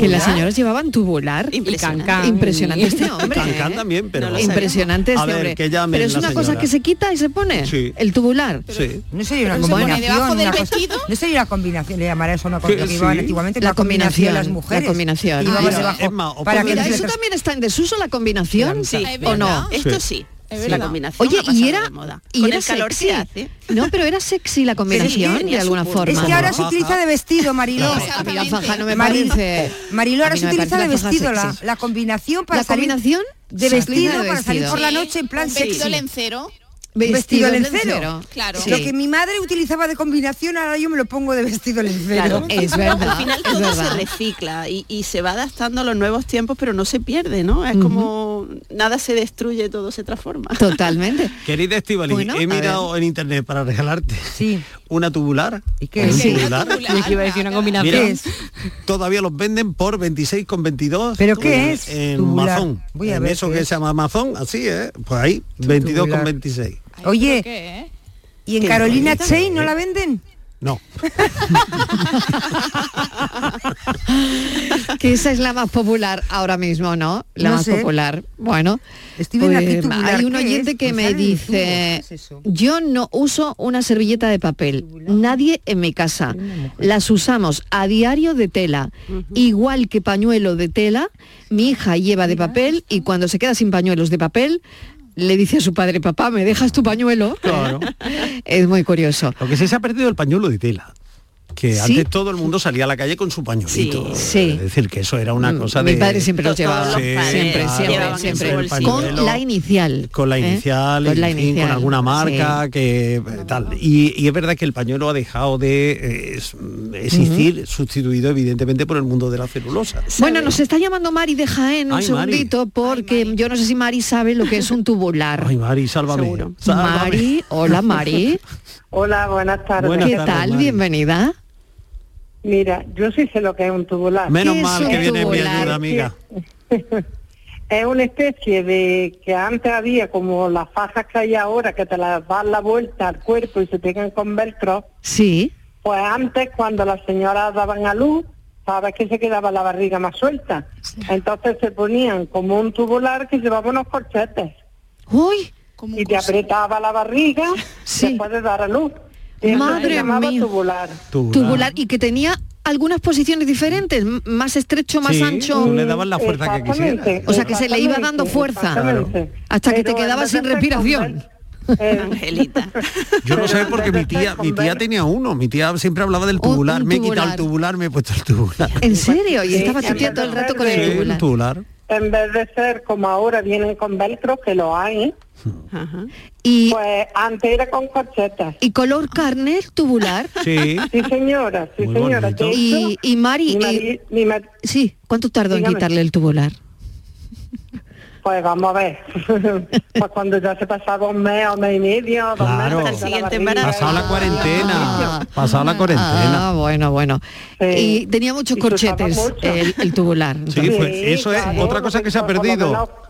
Speaker 4: Que las señoras llevaban tubular. Impresionante. Impresionante este hombre.
Speaker 5: Cancán
Speaker 4: ¿eh?
Speaker 5: también, pero...
Speaker 4: Impresionante
Speaker 5: A
Speaker 4: este
Speaker 5: ver,
Speaker 4: hombre.
Speaker 5: que llamen
Speaker 4: Pero es
Speaker 5: la
Speaker 4: una cosa
Speaker 5: señora.
Speaker 4: que se quita y se pone.
Speaker 5: Sí.
Speaker 4: El tubular.
Speaker 5: Sí.
Speaker 7: No sería una
Speaker 4: Pero eh. se pone
Speaker 7: combinación.
Speaker 4: debajo del
Speaker 7: una cosa- no sería una combinación, le llamará eso una cosa
Speaker 4: Que
Speaker 7: que llevaban
Speaker 4: sí.
Speaker 7: antiguamente,
Speaker 4: La
Speaker 7: la combinación de las
Speaker 4: combinación,
Speaker 7: mujeres.
Speaker 4: la combinación. Ah,
Speaker 7: Y llevaban
Speaker 4: Mira,
Speaker 7: debajo
Speaker 4: es más, o
Speaker 7: para
Speaker 4: Mira,
Speaker 7: que no se
Speaker 4: eso
Speaker 7: le-
Speaker 4: también está en desuso la combinación,
Speaker 6: Sí,
Speaker 4: ¿o no?
Speaker 6: Esto sí.
Speaker 4: Es
Speaker 6: la
Speaker 4: verdad.
Speaker 6: combinación
Speaker 4: Oye,
Speaker 6: ha pasado
Speaker 4: y
Speaker 6: de
Speaker 4: era,
Speaker 6: moda.
Speaker 4: y
Speaker 6: Con
Speaker 4: era
Speaker 6: el calor que
Speaker 4: sexy.
Speaker 6: hace.
Speaker 4: No, pero era sexy la combinación
Speaker 6: tenía
Speaker 4: de
Speaker 6: su
Speaker 4: alguna
Speaker 6: punto.
Speaker 4: forma.
Speaker 7: Es que ahora se utiliza de vestido, Mariló.
Speaker 4: No, a mí la faja no me
Speaker 7: Maril-
Speaker 4: parece.
Speaker 7: Mariló,
Speaker 4: A
Speaker 7: ahora
Speaker 4: mí
Speaker 7: se
Speaker 4: no me
Speaker 7: utiliza de
Speaker 4: parece la faja
Speaker 7: vestido, la,
Speaker 4: sexy.
Speaker 7: la combinación para
Speaker 4: ¿La
Speaker 7: salir
Speaker 4: combinación?
Speaker 7: de
Speaker 4: Sí,
Speaker 7: vestido,
Speaker 4: de
Speaker 7: para salir
Speaker 4: vestido.
Speaker 7: por la noche en plan
Speaker 9: Un vestido
Speaker 7: sexy.
Speaker 9: lencero.
Speaker 7: Un Vestido
Speaker 4: Vestido
Speaker 7: lencero.
Speaker 4: lencero, claro.
Speaker 7: Lo
Speaker 4: Sí.
Speaker 7: que mi madre utilizaba de combinación, ahora yo me lo pongo de vestido lencero.
Speaker 6: Al final todo se recicla y, y se va adaptando a los nuevos tiempos, pero no se pierde, ¿no? Es
Speaker 4: Ujú.
Speaker 6: como nada se destruye, todo se transforma.
Speaker 4: Totalmente.
Speaker 5: Querida Estivali,
Speaker 6: Bueno,
Speaker 5: he
Speaker 6: a
Speaker 5: mirado en internet para regalarte una tubular.
Speaker 7: qué
Speaker 5: ¿Un
Speaker 7: es? Sí.
Speaker 5: tubular?
Speaker 19: Yo que iba a decir una combinación.
Speaker 5: Mira,
Speaker 19: ¿Qué es?
Speaker 5: todavía los venden por 26,22.
Speaker 19: ¿Pero
Speaker 5: tú,
Speaker 19: qué es?
Speaker 5: En
Speaker 19: Tubular.
Speaker 5: Mazón.
Speaker 19: Voy a
Speaker 5: en
Speaker 19: ver
Speaker 5: eso
Speaker 19: qué
Speaker 5: que
Speaker 19: es.
Speaker 5: se llama Mazón, así, ¿eh? Pues ahí, 22,26.
Speaker 7: Oye,
Speaker 6: eh?
Speaker 7: ¿y en
Speaker 5: Qué
Speaker 7: Carolina
Speaker 5: bonito.
Speaker 7: Chain
Speaker 4: ¿Eh?
Speaker 7: no la venden?
Speaker 5: No.
Speaker 4: que esa es la más popular ahora mismo, ¿no? La
Speaker 7: No
Speaker 4: más
Speaker 7: sé.
Speaker 4: popular. Bueno, pues,
Speaker 7: Steven, ¿a qué tubular?
Speaker 4: hay un
Speaker 7: ¿Qué
Speaker 4: oyente
Speaker 7: es? Me
Speaker 4: que me
Speaker 7: sale en YouTube.
Speaker 4: dice, yo no uso una servilleta de papel, nadie en mi casa. Las usamos a diario de tela, igual que pañuelo de tela, mi hija lleva de papel y cuando se queda sin pañuelos de papel, le dice a su padre, papá, ¿me dejas tu pañuelo?
Speaker 5: Claro.
Speaker 4: es muy curioso.
Speaker 5: Lo que sí se ha perdido el pañuelo de tela. que
Speaker 4: Sí.
Speaker 5: antes todo el mundo salía a la calle con su pañuelito.
Speaker 4: Sí.
Speaker 5: Es decir, que eso era una
Speaker 19: Mm,
Speaker 5: cosa de...
Speaker 4: Mi padre siempre los llevaba.
Speaker 5: Sí, Ah,
Speaker 4: siempre,
Speaker 5: claro,
Speaker 4: siempre, siempre.
Speaker 5: el pañuelo.
Speaker 4: Con la inicial.
Speaker 5: con la
Speaker 4: ¿eh?
Speaker 5: inicial,
Speaker 4: Con
Speaker 5: en
Speaker 4: la
Speaker 5: fin,
Speaker 4: inicial,
Speaker 5: con alguna marca
Speaker 4: sí.
Speaker 5: que eh, tal. Y, y es verdad que el pañuelo ha dejado de eh, es- existir, sustituido evidentemente por el mundo de la celulosa.
Speaker 4: Bueno, nos está llamando Mari de Jaén un
Speaker 5: Ay, Mari.
Speaker 4: segundito porque yo no sé si Mari sabe lo que es un tubular.
Speaker 5: Ay, Mari, sálvame. sálvame.
Speaker 4: Mari, hola Mari.
Speaker 19: Hola, buenas tardes.
Speaker 4: ¿Qué tal? Bienvenida.
Speaker 19: Mira, yo sí sé lo que es un tubular.
Speaker 5: Menos ¿Qué es mal que un viene en mi tubular? ayuda, amiga.
Speaker 19: Es una especie de que antes había como las fajas que hay ahora, que te las dan la vuelta al cuerpo y se pegan con velcro.
Speaker 4: Sí.
Speaker 19: Pues antes, cuando las señoras daban a luz, sabes que se quedaba la barriga más suelta. Entonces se ponían como un tubular que llevaba unos corchetes.
Speaker 4: ¡Uy!
Speaker 19: Y te apretaba la barriga después de dar a luz. Y eso se
Speaker 4: Madre
Speaker 19: llamaba
Speaker 4: mía.
Speaker 19: tubular.
Speaker 4: Tubular y que tenía algunas posiciones diferentes, m- más estrecho, más
Speaker 5: Sí,
Speaker 4: ancho.
Speaker 5: tú le dabas la fuerza que
Speaker 19: Exactamente,
Speaker 5: quisieras.
Speaker 4: O sea que se le iba dando fuerza
Speaker 5: Claro.
Speaker 4: hasta que
Speaker 19: Pero
Speaker 4: te quedabas sin
Speaker 19: entonces con
Speaker 4: respiración.
Speaker 19: eh,
Speaker 5: Yo no sé porque mi tía, mi tía tenía uno, mi tía siempre hablaba del tubular, me he quitado el tubular, me he puesto el tubular.
Speaker 4: ¿En serio? Y
Speaker 19: Sí,
Speaker 4: estaba tu
Speaker 19: sí,
Speaker 4: tía todo el rato con
Speaker 5: Sí,
Speaker 4: el tubular.
Speaker 5: tubular.
Speaker 19: En vez de ser como ahora vienen con velcro, que lo hay,
Speaker 4: y
Speaker 19: pues antes era con corchetas.
Speaker 4: ¿Y color carne tubular?
Speaker 5: Sí.
Speaker 19: Sí, señora, sí, señora. De hecho,
Speaker 4: Y, y Mari,
Speaker 19: mi
Speaker 4: eh,
Speaker 19: mari- mi ma-
Speaker 4: sí, ¿cuánto tardó en
Speaker 19: Dígame.
Speaker 4: quitarle el tubular?
Speaker 19: pues vamos a ver. pues cuando ya se pasaba un mes, un mes y medio, dos
Speaker 5: Claro.
Speaker 19: meses, ya la barriga-
Speaker 5: Pasado la cuarentena, pasado la cuarentena.
Speaker 4: Ah, bueno, bueno. Y tenía muchos
Speaker 19: Y se usaba
Speaker 4: corchetes
Speaker 19: mucho.
Speaker 4: el, el tubular.
Speaker 5: Sí, pues eso es otra cosa que se ha
Speaker 19: por lo menos
Speaker 5: perdido.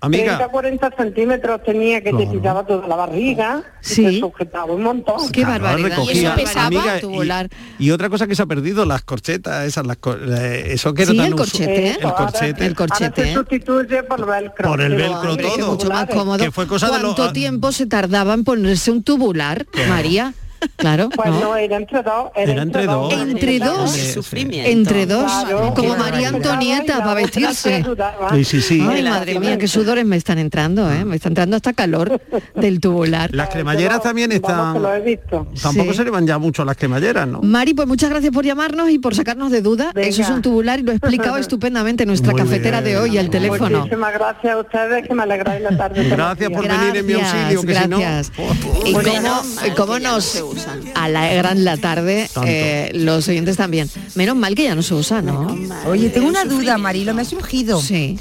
Speaker 5: Amiga,
Speaker 19: 30, 40 centímetros tenía que
Speaker 5: Claro.
Speaker 19: te pillaba toda la barriga y te sujetaba un
Speaker 7: Oh,
Speaker 19: montón.
Speaker 4: Qué
Speaker 5: Pues Claro,
Speaker 4: barbaridad.
Speaker 5: recogía, amiga, y-
Speaker 4: tubular.
Speaker 5: y otra cosa que se ha perdido, las corchetas, esas, las, cor- eh, eso que era
Speaker 4: Sí,
Speaker 5: tan
Speaker 4: el
Speaker 5: usu-
Speaker 4: corchete. ¿eh?
Speaker 7: ¿eh?
Speaker 5: el corchete.
Speaker 4: El corchete.
Speaker 19: Eh, Se sustituye por velcro.
Speaker 5: Por el
Speaker 19: Pero
Speaker 5: velcro
Speaker 19: antes,
Speaker 5: todo.
Speaker 4: mucho más cómodo.
Speaker 5: Que fue cosa de los-
Speaker 4: ¿Cuánto tiempo se tardaba en ponerse un tubular, María? Claro.
Speaker 19: Pues
Speaker 4: ¿no?
Speaker 19: no, era entre dos. Era,
Speaker 5: Era entre dos.
Speaker 4: Entre dos.
Speaker 5: Qué
Speaker 19: sufrimiento.
Speaker 4: Entre dos. como
Speaker 19: qué
Speaker 4: María
Speaker 19: barbaridad.
Speaker 4: Antonieta para vestirse.
Speaker 5: Sí, sí, sí.
Speaker 4: Ay, madre mía, qué sudores me están entrando, ¿eh? Me está entrando hasta calor del tubular.
Speaker 5: Las cremalleras también están... Tampoco
Speaker 4: Sí.
Speaker 5: se le van ya mucho a las cremalleras, ¿no?
Speaker 4: Mari, pues muchas gracias por llamarnos y por sacarnos de duda. Eso es un tubular y lo ha explicado estupendamente nuestra
Speaker 5: Muy
Speaker 4: cafetera de hoy al teléfono.
Speaker 19: Muchísimas gracias a ustedes que me alegráis la tarde.
Speaker 5: Gracias por venir en mi auxilio, que si no-
Speaker 4: gracias. Y
Speaker 19: Bueno,
Speaker 4: cómo,
Speaker 19: menos
Speaker 4: y cómo nos alegran la tarde
Speaker 7: Tanto.
Speaker 4: eh, los oyentes también. Menos mal que ya no se usa, ¿no?
Speaker 7: Oye, tengo una duda, Marilo, me ha surgido.
Speaker 4: Sí.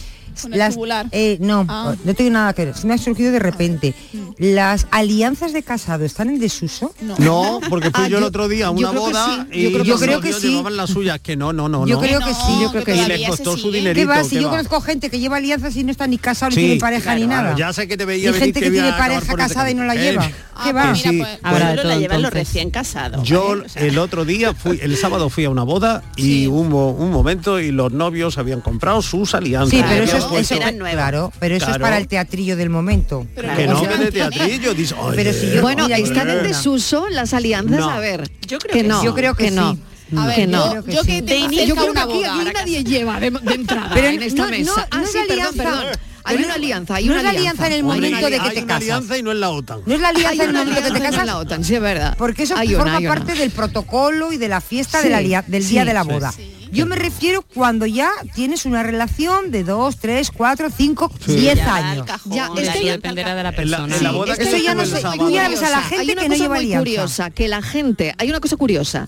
Speaker 7: Las, eh, no,
Speaker 5: Ah.
Speaker 7: no tengo nada que ver. Se me ha surgido de repente. ¿Las alianzas de casado están en desuso?
Speaker 5: No, porque fui yo el otro día a
Speaker 7: Ah, yo
Speaker 5: una
Speaker 7: creo que
Speaker 5: boda
Speaker 7: sí,
Speaker 5: y
Speaker 7: yo creo que
Speaker 5: los
Speaker 7: sí.
Speaker 5: novios llevaban las suyas, que no, no, no.
Speaker 7: Yo
Speaker 5: no.
Speaker 7: creo que sí, yo creo que
Speaker 5: Y
Speaker 7: sí.
Speaker 5: les costó su dinerito.
Speaker 7: ¿Qué va? Si
Speaker 5: ¿qué
Speaker 7: yo
Speaker 5: va?
Speaker 7: conozco gente que lleva alianzas y no están ni casados
Speaker 5: Sí,
Speaker 7: ni tienen pareja ni
Speaker 5: claro,
Speaker 7: nada.
Speaker 5: ya sé que te veía
Speaker 7: y
Speaker 5: venir
Speaker 7: gente
Speaker 5: que
Speaker 7: que tiene
Speaker 5: iba a acabar
Speaker 7: pareja
Speaker 5: por este
Speaker 7: casada y no la
Speaker 5: camino.
Speaker 7: lleva.
Speaker 5: Eh,
Speaker 7: ¿Qué
Speaker 5: ah,
Speaker 7: va?
Speaker 5: pues mira, pues, Habrá
Speaker 6: Solo la
Speaker 5: todo,
Speaker 6: llevan los
Speaker 5: entonces.
Speaker 6: recién casados.
Speaker 5: Yo el otro día fui, el sábado fui a una boda y hubo un momento y los novios habían comprado sus alianzas.
Speaker 7: Sí, pero
Speaker 5: habían
Speaker 7: eso es,
Speaker 5: puesto-
Speaker 7: eso- claro, pero eso es
Speaker 5: Claro.
Speaker 7: para el teatrillo del momento.
Speaker 5: Que no, que de teatrillo, dices,
Speaker 7: Pero
Speaker 5: oye,
Speaker 7: si yo-
Speaker 4: Bueno,
Speaker 7: Mira, yo
Speaker 4: ¿están
Speaker 7: creo
Speaker 4: en
Speaker 7: que no.
Speaker 4: desuso las alianzas?
Speaker 5: No.
Speaker 4: A ver,
Speaker 7: Yo creo
Speaker 4: que
Speaker 7: que
Speaker 4: no.
Speaker 7: sí. Yo creo que
Speaker 4: no. Mm.
Speaker 7: sí. A ver,
Speaker 4: que
Speaker 7: yo-
Speaker 4: no.
Speaker 7: yo que
Speaker 4: De
Speaker 7: tengo cerca
Speaker 4: inicio, yo creo que
Speaker 7: una
Speaker 4: aquí,
Speaker 7: boda
Speaker 4: aquí
Speaker 7: ahora
Speaker 4: nadie lleva de, de entrada
Speaker 7: Pero
Speaker 4: en esta
Speaker 7: no-
Speaker 4: mesa.
Speaker 7: no-
Speaker 4: ah,
Speaker 7: no es
Speaker 4: sí, perdón,
Speaker 7: alianza.
Speaker 4: perdón. Hay
Speaker 7: Pero
Speaker 4: una
Speaker 7: no-
Speaker 4: alianza, hay
Speaker 7: no
Speaker 4: una
Speaker 7: es alianza en el
Speaker 5: Hay una
Speaker 7: momento de que
Speaker 5: ali-
Speaker 7: te
Speaker 5: hay una
Speaker 7: casas.
Speaker 5: alianza y no es la OTAN.
Speaker 7: No es la
Speaker 4: Hay
Speaker 7: alianza en
Speaker 4: una
Speaker 7: el momento que te
Speaker 4: alianza y no
Speaker 7: casas.
Speaker 4: es la OTAN, sí, es verdad.
Speaker 7: Porque eso
Speaker 4: Hay una,
Speaker 7: forma
Speaker 4: hay una.
Speaker 7: parte del protocolo y de la fiesta
Speaker 4: Sí,
Speaker 7: de la lia- del día
Speaker 4: sí,
Speaker 7: de la
Speaker 4: sí.
Speaker 7: boda. Yo me refiero cuando ya tienes una relación de dos, tres, cuatro, cinco,
Speaker 4: Sí.
Speaker 7: diez
Speaker 4: Ya,
Speaker 7: años.
Speaker 4: Ya, estoy-
Speaker 18: dependerá de la
Speaker 5: En la-
Speaker 18: persona.
Speaker 5: en la boda que
Speaker 7: eso
Speaker 5: se
Speaker 7: ya no
Speaker 5: hizo el
Speaker 7: sé,
Speaker 5: sábado.
Speaker 7: tú ya ves a la
Speaker 4: O sea, hay
Speaker 7: gente
Speaker 4: una
Speaker 7: que no
Speaker 4: cosa
Speaker 7: lleva
Speaker 4: muy
Speaker 7: alianza.
Speaker 4: curiosa, que la gente, hay una cosa curiosa,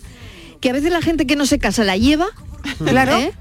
Speaker 4: que a veces la gente que no se casa la lleva,
Speaker 7: Claro.
Speaker 4: ¿eh?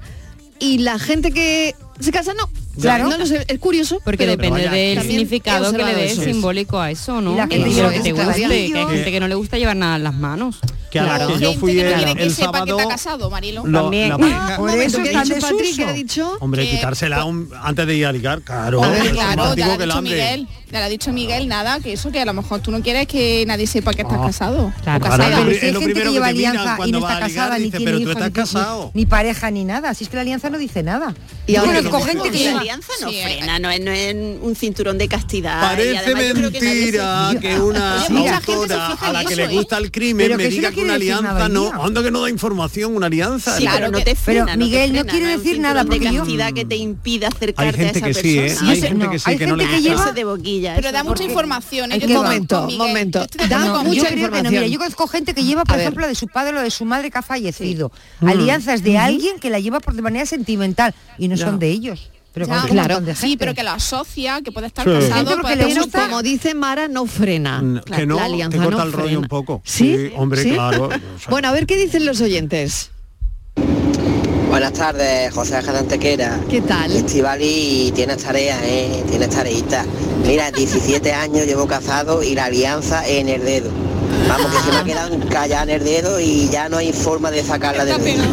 Speaker 4: Y la gente que se casa no.
Speaker 18: Claro.
Speaker 4: No lo sé, es curioso.
Speaker 18: Porque
Speaker 4: pero
Speaker 18: depende
Speaker 4: vaya,
Speaker 18: del
Speaker 4: también
Speaker 18: significado
Speaker 4: he
Speaker 18: que le
Speaker 4: observado
Speaker 18: dé
Speaker 4: eso.
Speaker 18: simbólico a eso, ¿no?
Speaker 4: Y la
Speaker 18: Que
Speaker 4: gente
Speaker 18: es
Speaker 4: lleva
Speaker 18: lo que te
Speaker 4: sus
Speaker 18: guste, que hay
Speaker 4: anillos.
Speaker 5: Ah.
Speaker 18: gente que no le gusta llevar nada en las manos.
Speaker 5: Que a la Claro. que yo fui
Speaker 18: que no
Speaker 5: el-
Speaker 18: quiere
Speaker 5: el
Speaker 18: que sepa que
Speaker 5: sábado,
Speaker 18: está casado, Marilo.
Speaker 5: lo- la pareja-
Speaker 4: Por eso que ha dicho Patrick, que ha dicho...
Speaker 5: Hombre, quitársela un- antes de ir a ligar, claro.
Speaker 4: A ver,
Speaker 5: es
Speaker 4: claro,
Speaker 5: más
Speaker 18: te
Speaker 5: antiguo
Speaker 18: ha
Speaker 5: que el
Speaker 18: dicho
Speaker 5: hambre.
Speaker 9: Miguel, te lo ha dicho Miguel, nada, que eso que a lo mejor tú no quieres que nadie sepa que
Speaker 5: Ah,
Speaker 9: estás casado.
Speaker 5: Claro,
Speaker 7: Casada.
Speaker 5: es lo
Speaker 7: Pero
Speaker 5: pri-
Speaker 7: si hay
Speaker 5: es
Speaker 7: gente
Speaker 5: lo
Speaker 7: que
Speaker 5: primero que
Speaker 7: lleva
Speaker 5: te miran
Speaker 7: alianza y
Speaker 5: cuando
Speaker 7: no
Speaker 5: vas
Speaker 7: está
Speaker 5: a ligar,
Speaker 7: casada, ni
Speaker 5: dice,
Speaker 7: tiene
Speaker 5: pero tú
Speaker 7: hijos,
Speaker 5: estás
Speaker 7: ni- ni-
Speaker 5: casado.
Speaker 7: ni pareja, ni nada. Si es que la alianza no dice nada.
Speaker 4: Y
Speaker 7: Yo
Speaker 4: ahora
Speaker 7: conozco
Speaker 4: que-
Speaker 7: gente que
Speaker 6: la
Speaker 7: lleva-
Speaker 6: alianza no frena, no es, no es un cinturón de castidad. y
Speaker 5: Parece
Speaker 6: además yo creo que nadie se
Speaker 5: mentira
Speaker 6: fija.
Speaker 5: que una
Speaker 6: Oye, mucha gente se
Speaker 5: autora
Speaker 6: fija
Speaker 5: a
Speaker 6: en
Speaker 5: la que
Speaker 6: eso,
Speaker 5: le
Speaker 6: ¿eh?
Speaker 5: gusta el crimen
Speaker 6: Pero
Speaker 5: me
Speaker 6: que eso
Speaker 5: diga
Speaker 6: no
Speaker 5: que una alianza, no, anda que no da información, una alianza.
Speaker 6: Sí, pero no te frena, no te frena, no es un cinturón de
Speaker 5: yo-
Speaker 6: castidad que te impide acercarte
Speaker 5: Hay gente
Speaker 6: a
Speaker 5: que
Speaker 6: esa
Speaker 5: sí, ¿eh?
Speaker 6: persona.
Speaker 5: Hay gente que sí, que no le gusta.
Speaker 6: eso de boquilla.
Speaker 9: Pero
Speaker 6: eso
Speaker 9: da
Speaker 6: es
Speaker 9: mucha
Speaker 6: porque-
Speaker 9: información. ¿eh?
Speaker 4: ¿En
Speaker 9: Yo
Speaker 4: qué
Speaker 9: estoy con-
Speaker 4: momento?
Speaker 9: con Miguel.
Speaker 4: Momento.
Speaker 9: Estoy de
Speaker 4: Da
Speaker 9: acuerdo
Speaker 4: con
Speaker 9: con
Speaker 4: mucha
Speaker 9: Miguel.
Speaker 7: Yo creo que no, mira, yo conozco gente que lleva, por
Speaker 4: A ver.
Speaker 7: ejemplo, la de su padre o de su madre que ha fallecido.
Speaker 4: Mm.
Speaker 7: Alianzas de
Speaker 4: Ujú.
Speaker 7: alguien que la lleva por de manera sentimental y no,
Speaker 4: Ya.
Speaker 7: son de ellos. Pero
Speaker 4: Ya,
Speaker 7: conozco un
Speaker 4: claro.
Speaker 7: montón de
Speaker 9: Sí,
Speaker 7: gente.
Speaker 9: pero que la asocia, que puede estar
Speaker 7: Sí.
Speaker 9: casado,
Speaker 7: Gente porque
Speaker 9: puede
Speaker 7: le
Speaker 9: tener
Speaker 4: Pero
Speaker 9: un tema.
Speaker 4: como dice Mara, no frena.
Speaker 5: Mm,
Speaker 4: La-
Speaker 5: que no,
Speaker 4: la
Speaker 5: te
Speaker 4: alianza
Speaker 5: corta
Speaker 4: no
Speaker 5: el rollo
Speaker 4: frena.
Speaker 5: un poco.
Speaker 4: ¿Sí?
Speaker 5: Sí, hombre,
Speaker 4: ¿Sí?
Speaker 5: claro.
Speaker 4: Bueno, a ver qué dicen los oyentes.
Speaker 20: Buenas tardes, José Ángel de Antequera.
Speaker 4: ¿Qué tal?
Speaker 20: Estivali, tienes tareas, ¿eh? Tienes tareitas. Mira, 17 años llevo casado y la alianza en el dedo. Vamos, que se me ha quedado callada en el dedo y ya no hay forma de sacarla del dedo.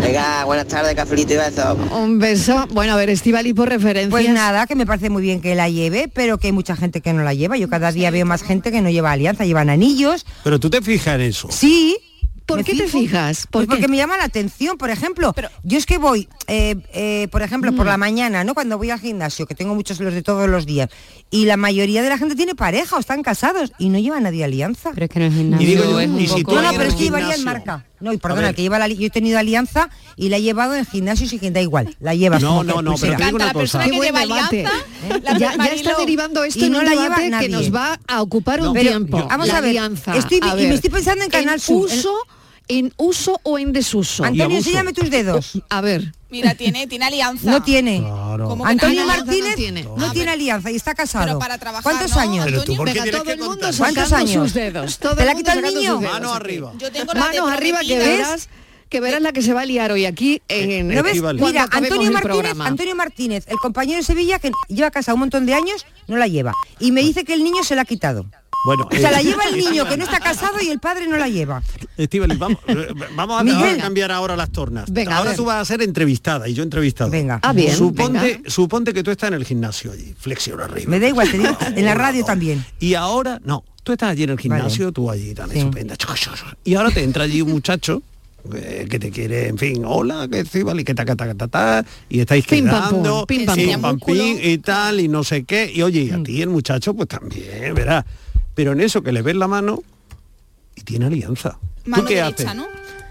Speaker 20: Venga, buenas tardes, cafelito y besos.
Speaker 4: Un beso. Bueno, a ver, Estivali por referencia.
Speaker 7: Pues nada, que me parece muy bien que la lleve, pero que hay mucha gente que no la lleva. Yo cada día veo más gente que no lleva alianza, llevan anillos.
Speaker 5: Pero tú te fijas en eso.
Speaker 7: Sí.
Speaker 4: ¿Por qué te fijas?
Speaker 7: Pues porque me llama la atención, por ejemplo. yo es que voy, eh, eh, por ejemplo, por la mañana, ¿no? Cuando voy al gimnasio, que tengo muchos los de todos los días, y la mayoría de la gente tiene pareja o están casados y no lleva a nadie alianza. Pero
Speaker 18: es que no es
Speaker 5: gimnasio, digo yo, es un y si poco- tú
Speaker 7: No, no,
Speaker 5: vas
Speaker 7: pero es
Speaker 5: al
Speaker 7: que llevaría en
Speaker 5: gimnasio-
Speaker 7: marca. No, y
Speaker 5: A
Speaker 7: perdona,
Speaker 5: ver.
Speaker 7: que lleva la, li- yo he tenido alianza y la he llevado en gimnasio y que da igual, la llevas.
Speaker 5: No,
Speaker 7: como que
Speaker 5: no, no,
Speaker 7: pulsera.
Speaker 5: pero te digo una Canta la cosa. persona
Speaker 4: Qué buen debate. Ya, ya está derivando esto
Speaker 7: Y
Speaker 4: en
Speaker 7: no
Speaker 4: un
Speaker 7: la lleva
Speaker 4: debate que
Speaker 7: nadie.
Speaker 4: nos va a ocupar un
Speaker 7: Pero,
Speaker 4: tiempo.
Speaker 7: yo- Vamos
Speaker 4: La
Speaker 7: a ver,
Speaker 4: alianza.
Speaker 7: estoy-
Speaker 4: A
Speaker 7: y me
Speaker 4: ver.
Speaker 7: estoy pensando en Canal Sur, en-
Speaker 4: Uso, en uso o en desuso.
Speaker 7: Antonio, Y abuso. enséñame tus dedos.
Speaker 4: A ver.
Speaker 9: Mira, tiene, tiene alianza.
Speaker 7: No tiene.
Speaker 9: ¿Cómo que
Speaker 7: Antonio
Speaker 9: no? No
Speaker 7: Martínez no
Speaker 9: tiene.
Speaker 7: tiene,
Speaker 9: Ah, pero-
Speaker 7: alianza y está casado.
Speaker 9: Pero para trabajar,
Speaker 7: ¿Cuántos
Speaker 9: ¿no,
Speaker 7: años?
Speaker 9: Pero tú, ¿por qué
Speaker 4: Venga,
Speaker 9: tienes
Speaker 4: todo
Speaker 9: que
Speaker 4: el mundo
Speaker 9: contar?
Speaker 4: sacando
Speaker 7: ¿Cuántos años?
Speaker 4: sus dedos. Todo
Speaker 7: ¿Te
Speaker 4: el
Speaker 7: la
Speaker 4: mundo
Speaker 7: quita el
Speaker 4: sacando sus
Speaker 7: niño?
Speaker 4: dedos
Speaker 7: Mano
Speaker 4: aquí.
Speaker 7: arriba.
Speaker 9: Yo tengo la
Speaker 4: Manos
Speaker 9: de
Speaker 4: arriba que
Speaker 9: prometida.
Speaker 4: verás, que verás la que se va a liar hoy aquí
Speaker 9: Eh,
Speaker 4: en
Speaker 7: ¿No ves?
Speaker 4: cuando
Speaker 7: Mira,
Speaker 4: acabemos
Speaker 7: Antonio
Speaker 4: el
Speaker 7: Martínez,
Speaker 4: programa.
Speaker 7: Antonio Martínez, el compañero de Sevilla que lleva casado un montón de años, no la lleva. Y me dice que el niño se la ha quitado.
Speaker 5: Bueno,
Speaker 7: O sea, la lleva el niño que no está casado y el padre no la lleva.
Speaker 5: Estíbaliz, vamos, eh, vamos a,
Speaker 7: Miguel.
Speaker 5: a cambiar ahora las tornas.
Speaker 7: Venga, a
Speaker 5: ahora
Speaker 7: ver.
Speaker 5: tú vas a ser entrevistada y yo entrevistado. Venga.
Speaker 7: Ah, bien,
Speaker 5: Suponte,
Speaker 7: venga.
Speaker 5: suponte que tú estás en el gimnasio allí, flexión arriba.
Speaker 7: Me da igual, te digo, en la radio también.
Speaker 5: Y ahora, no, tú estás allí en el gimnasio, tú allí tan estupenda. choc, choc, choc. Y ahora te entra allí un muchacho eh, que te quiere, en fin, hola, que sí, vale, que ta, ta, ta, ta, ta, y estáis
Speaker 4: Pim, pam, pum,
Speaker 5: quedando,
Speaker 4: pim, pam,
Speaker 5: pim,
Speaker 4: pum.
Speaker 5: pam, pim, y tal, y no sé qué. Y oye, y a ti el muchacho, pues también, verás. Pero en eso que le ves la mano y tiene alianza.
Speaker 7: Mano
Speaker 5: ¿Tú qué
Speaker 7: derecha,
Speaker 5: haces?
Speaker 7: ¿no?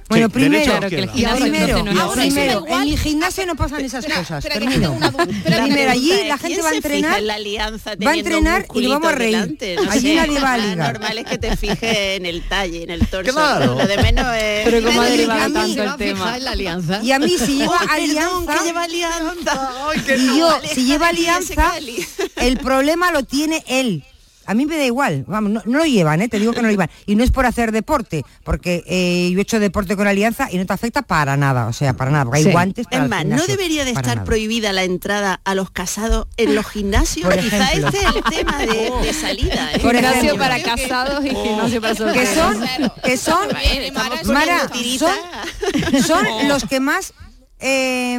Speaker 5: Bueno,
Speaker 7: Bueno, primero,
Speaker 5: primero,
Speaker 7: y ahora primero,
Speaker 5: primero,
Speaker 7: ah, primero,
Speaker 6: igual.
Speaker 7: en mi gimnasio no pasan esas cosas.
Speaker 6: espera, que
Speaker 7: Termino.
Speaker 6: Pero
Speaker 7: Primero, allí
Speaker 6: pregunta
Speaker 7: la
Speaker 6: es,
Speaker 7: gente
Speaker 6: ¿quién
Speaker 7: va a
Speaker 6: se
Speaker 7: entrenar.
Speaker 6: fija en la alianza
Speaker 7: va a
Speaker 6: teniendo un
Speaker 7: entrenar y lo vamos a
Speaker 6: musculito
Speaker 7: reír.
Speaker 6: delante? No
Speaker 7: Allí
Speaker 6: sé,
Speaker 7: nadie va a
Speaker 6: lo
Speaker 7: ligar.
Speaker 6: normal es que te fije en el talle, en el torso.
Speaker 7: Claro.
Speaker 6: Lo de menos es...
Speaker 7: Pero cómo ha
Speaker 6: Y
Speaker 7: derivado
Speaker 6: a
Speaker 7: tanto
Speaker 6: mí se va
Speaker 7: el
Speaker 6: a
Speaker 7: tema.
Speaker 6: fijar en la alianza.
Speaker 7: Y a mí si lleva
Speaker 6: Ay, perdón,
Speaker 7: alianza-
Speaker 6: que lleva alianza.
Speaker 7: Y yo,
Speaker 6: Aleja
Speaker 7: si lleva
Speaker 6: de mí ese
Speaker 7: alianza,
Speaker 6: Cali.
Speaker 7: el problema lo tiene él. A mí me da igual, vamos, no, no lo llevan, ¿eh? te digo que no lo llevan. Y no es por hacer deporte, porque eh, yo he hecho deporte con alianza y no te afecta para nada, o sea, para nada, porque
Speaker 6: Sí.
Speaker 7: hay guantes para
Speaker 6: es
Speaker 7: el
Speaker 6: más, ¿no
Speaker 7: gimnasio,
Speaker 6: debería de
Speaker 7: para
Speaker 6: estar
Speaker 7: nada.
Speaker 6: prohibida la entrada a los casados en los gimnasios?
Speaker 7: Por
Speaker 6: Quizá
Speaker 7: ejemplo.
Speaker 6: este es el tema de, de salida. ¿eh?
Speaker 7: Por Gimnasio ejemplo. para
Speaker 18: casados
Speaker 6: Oh.
Speaker 18: y gimnasio para
Speaker 7: que son, que son, Mara, son, son los que más, eh,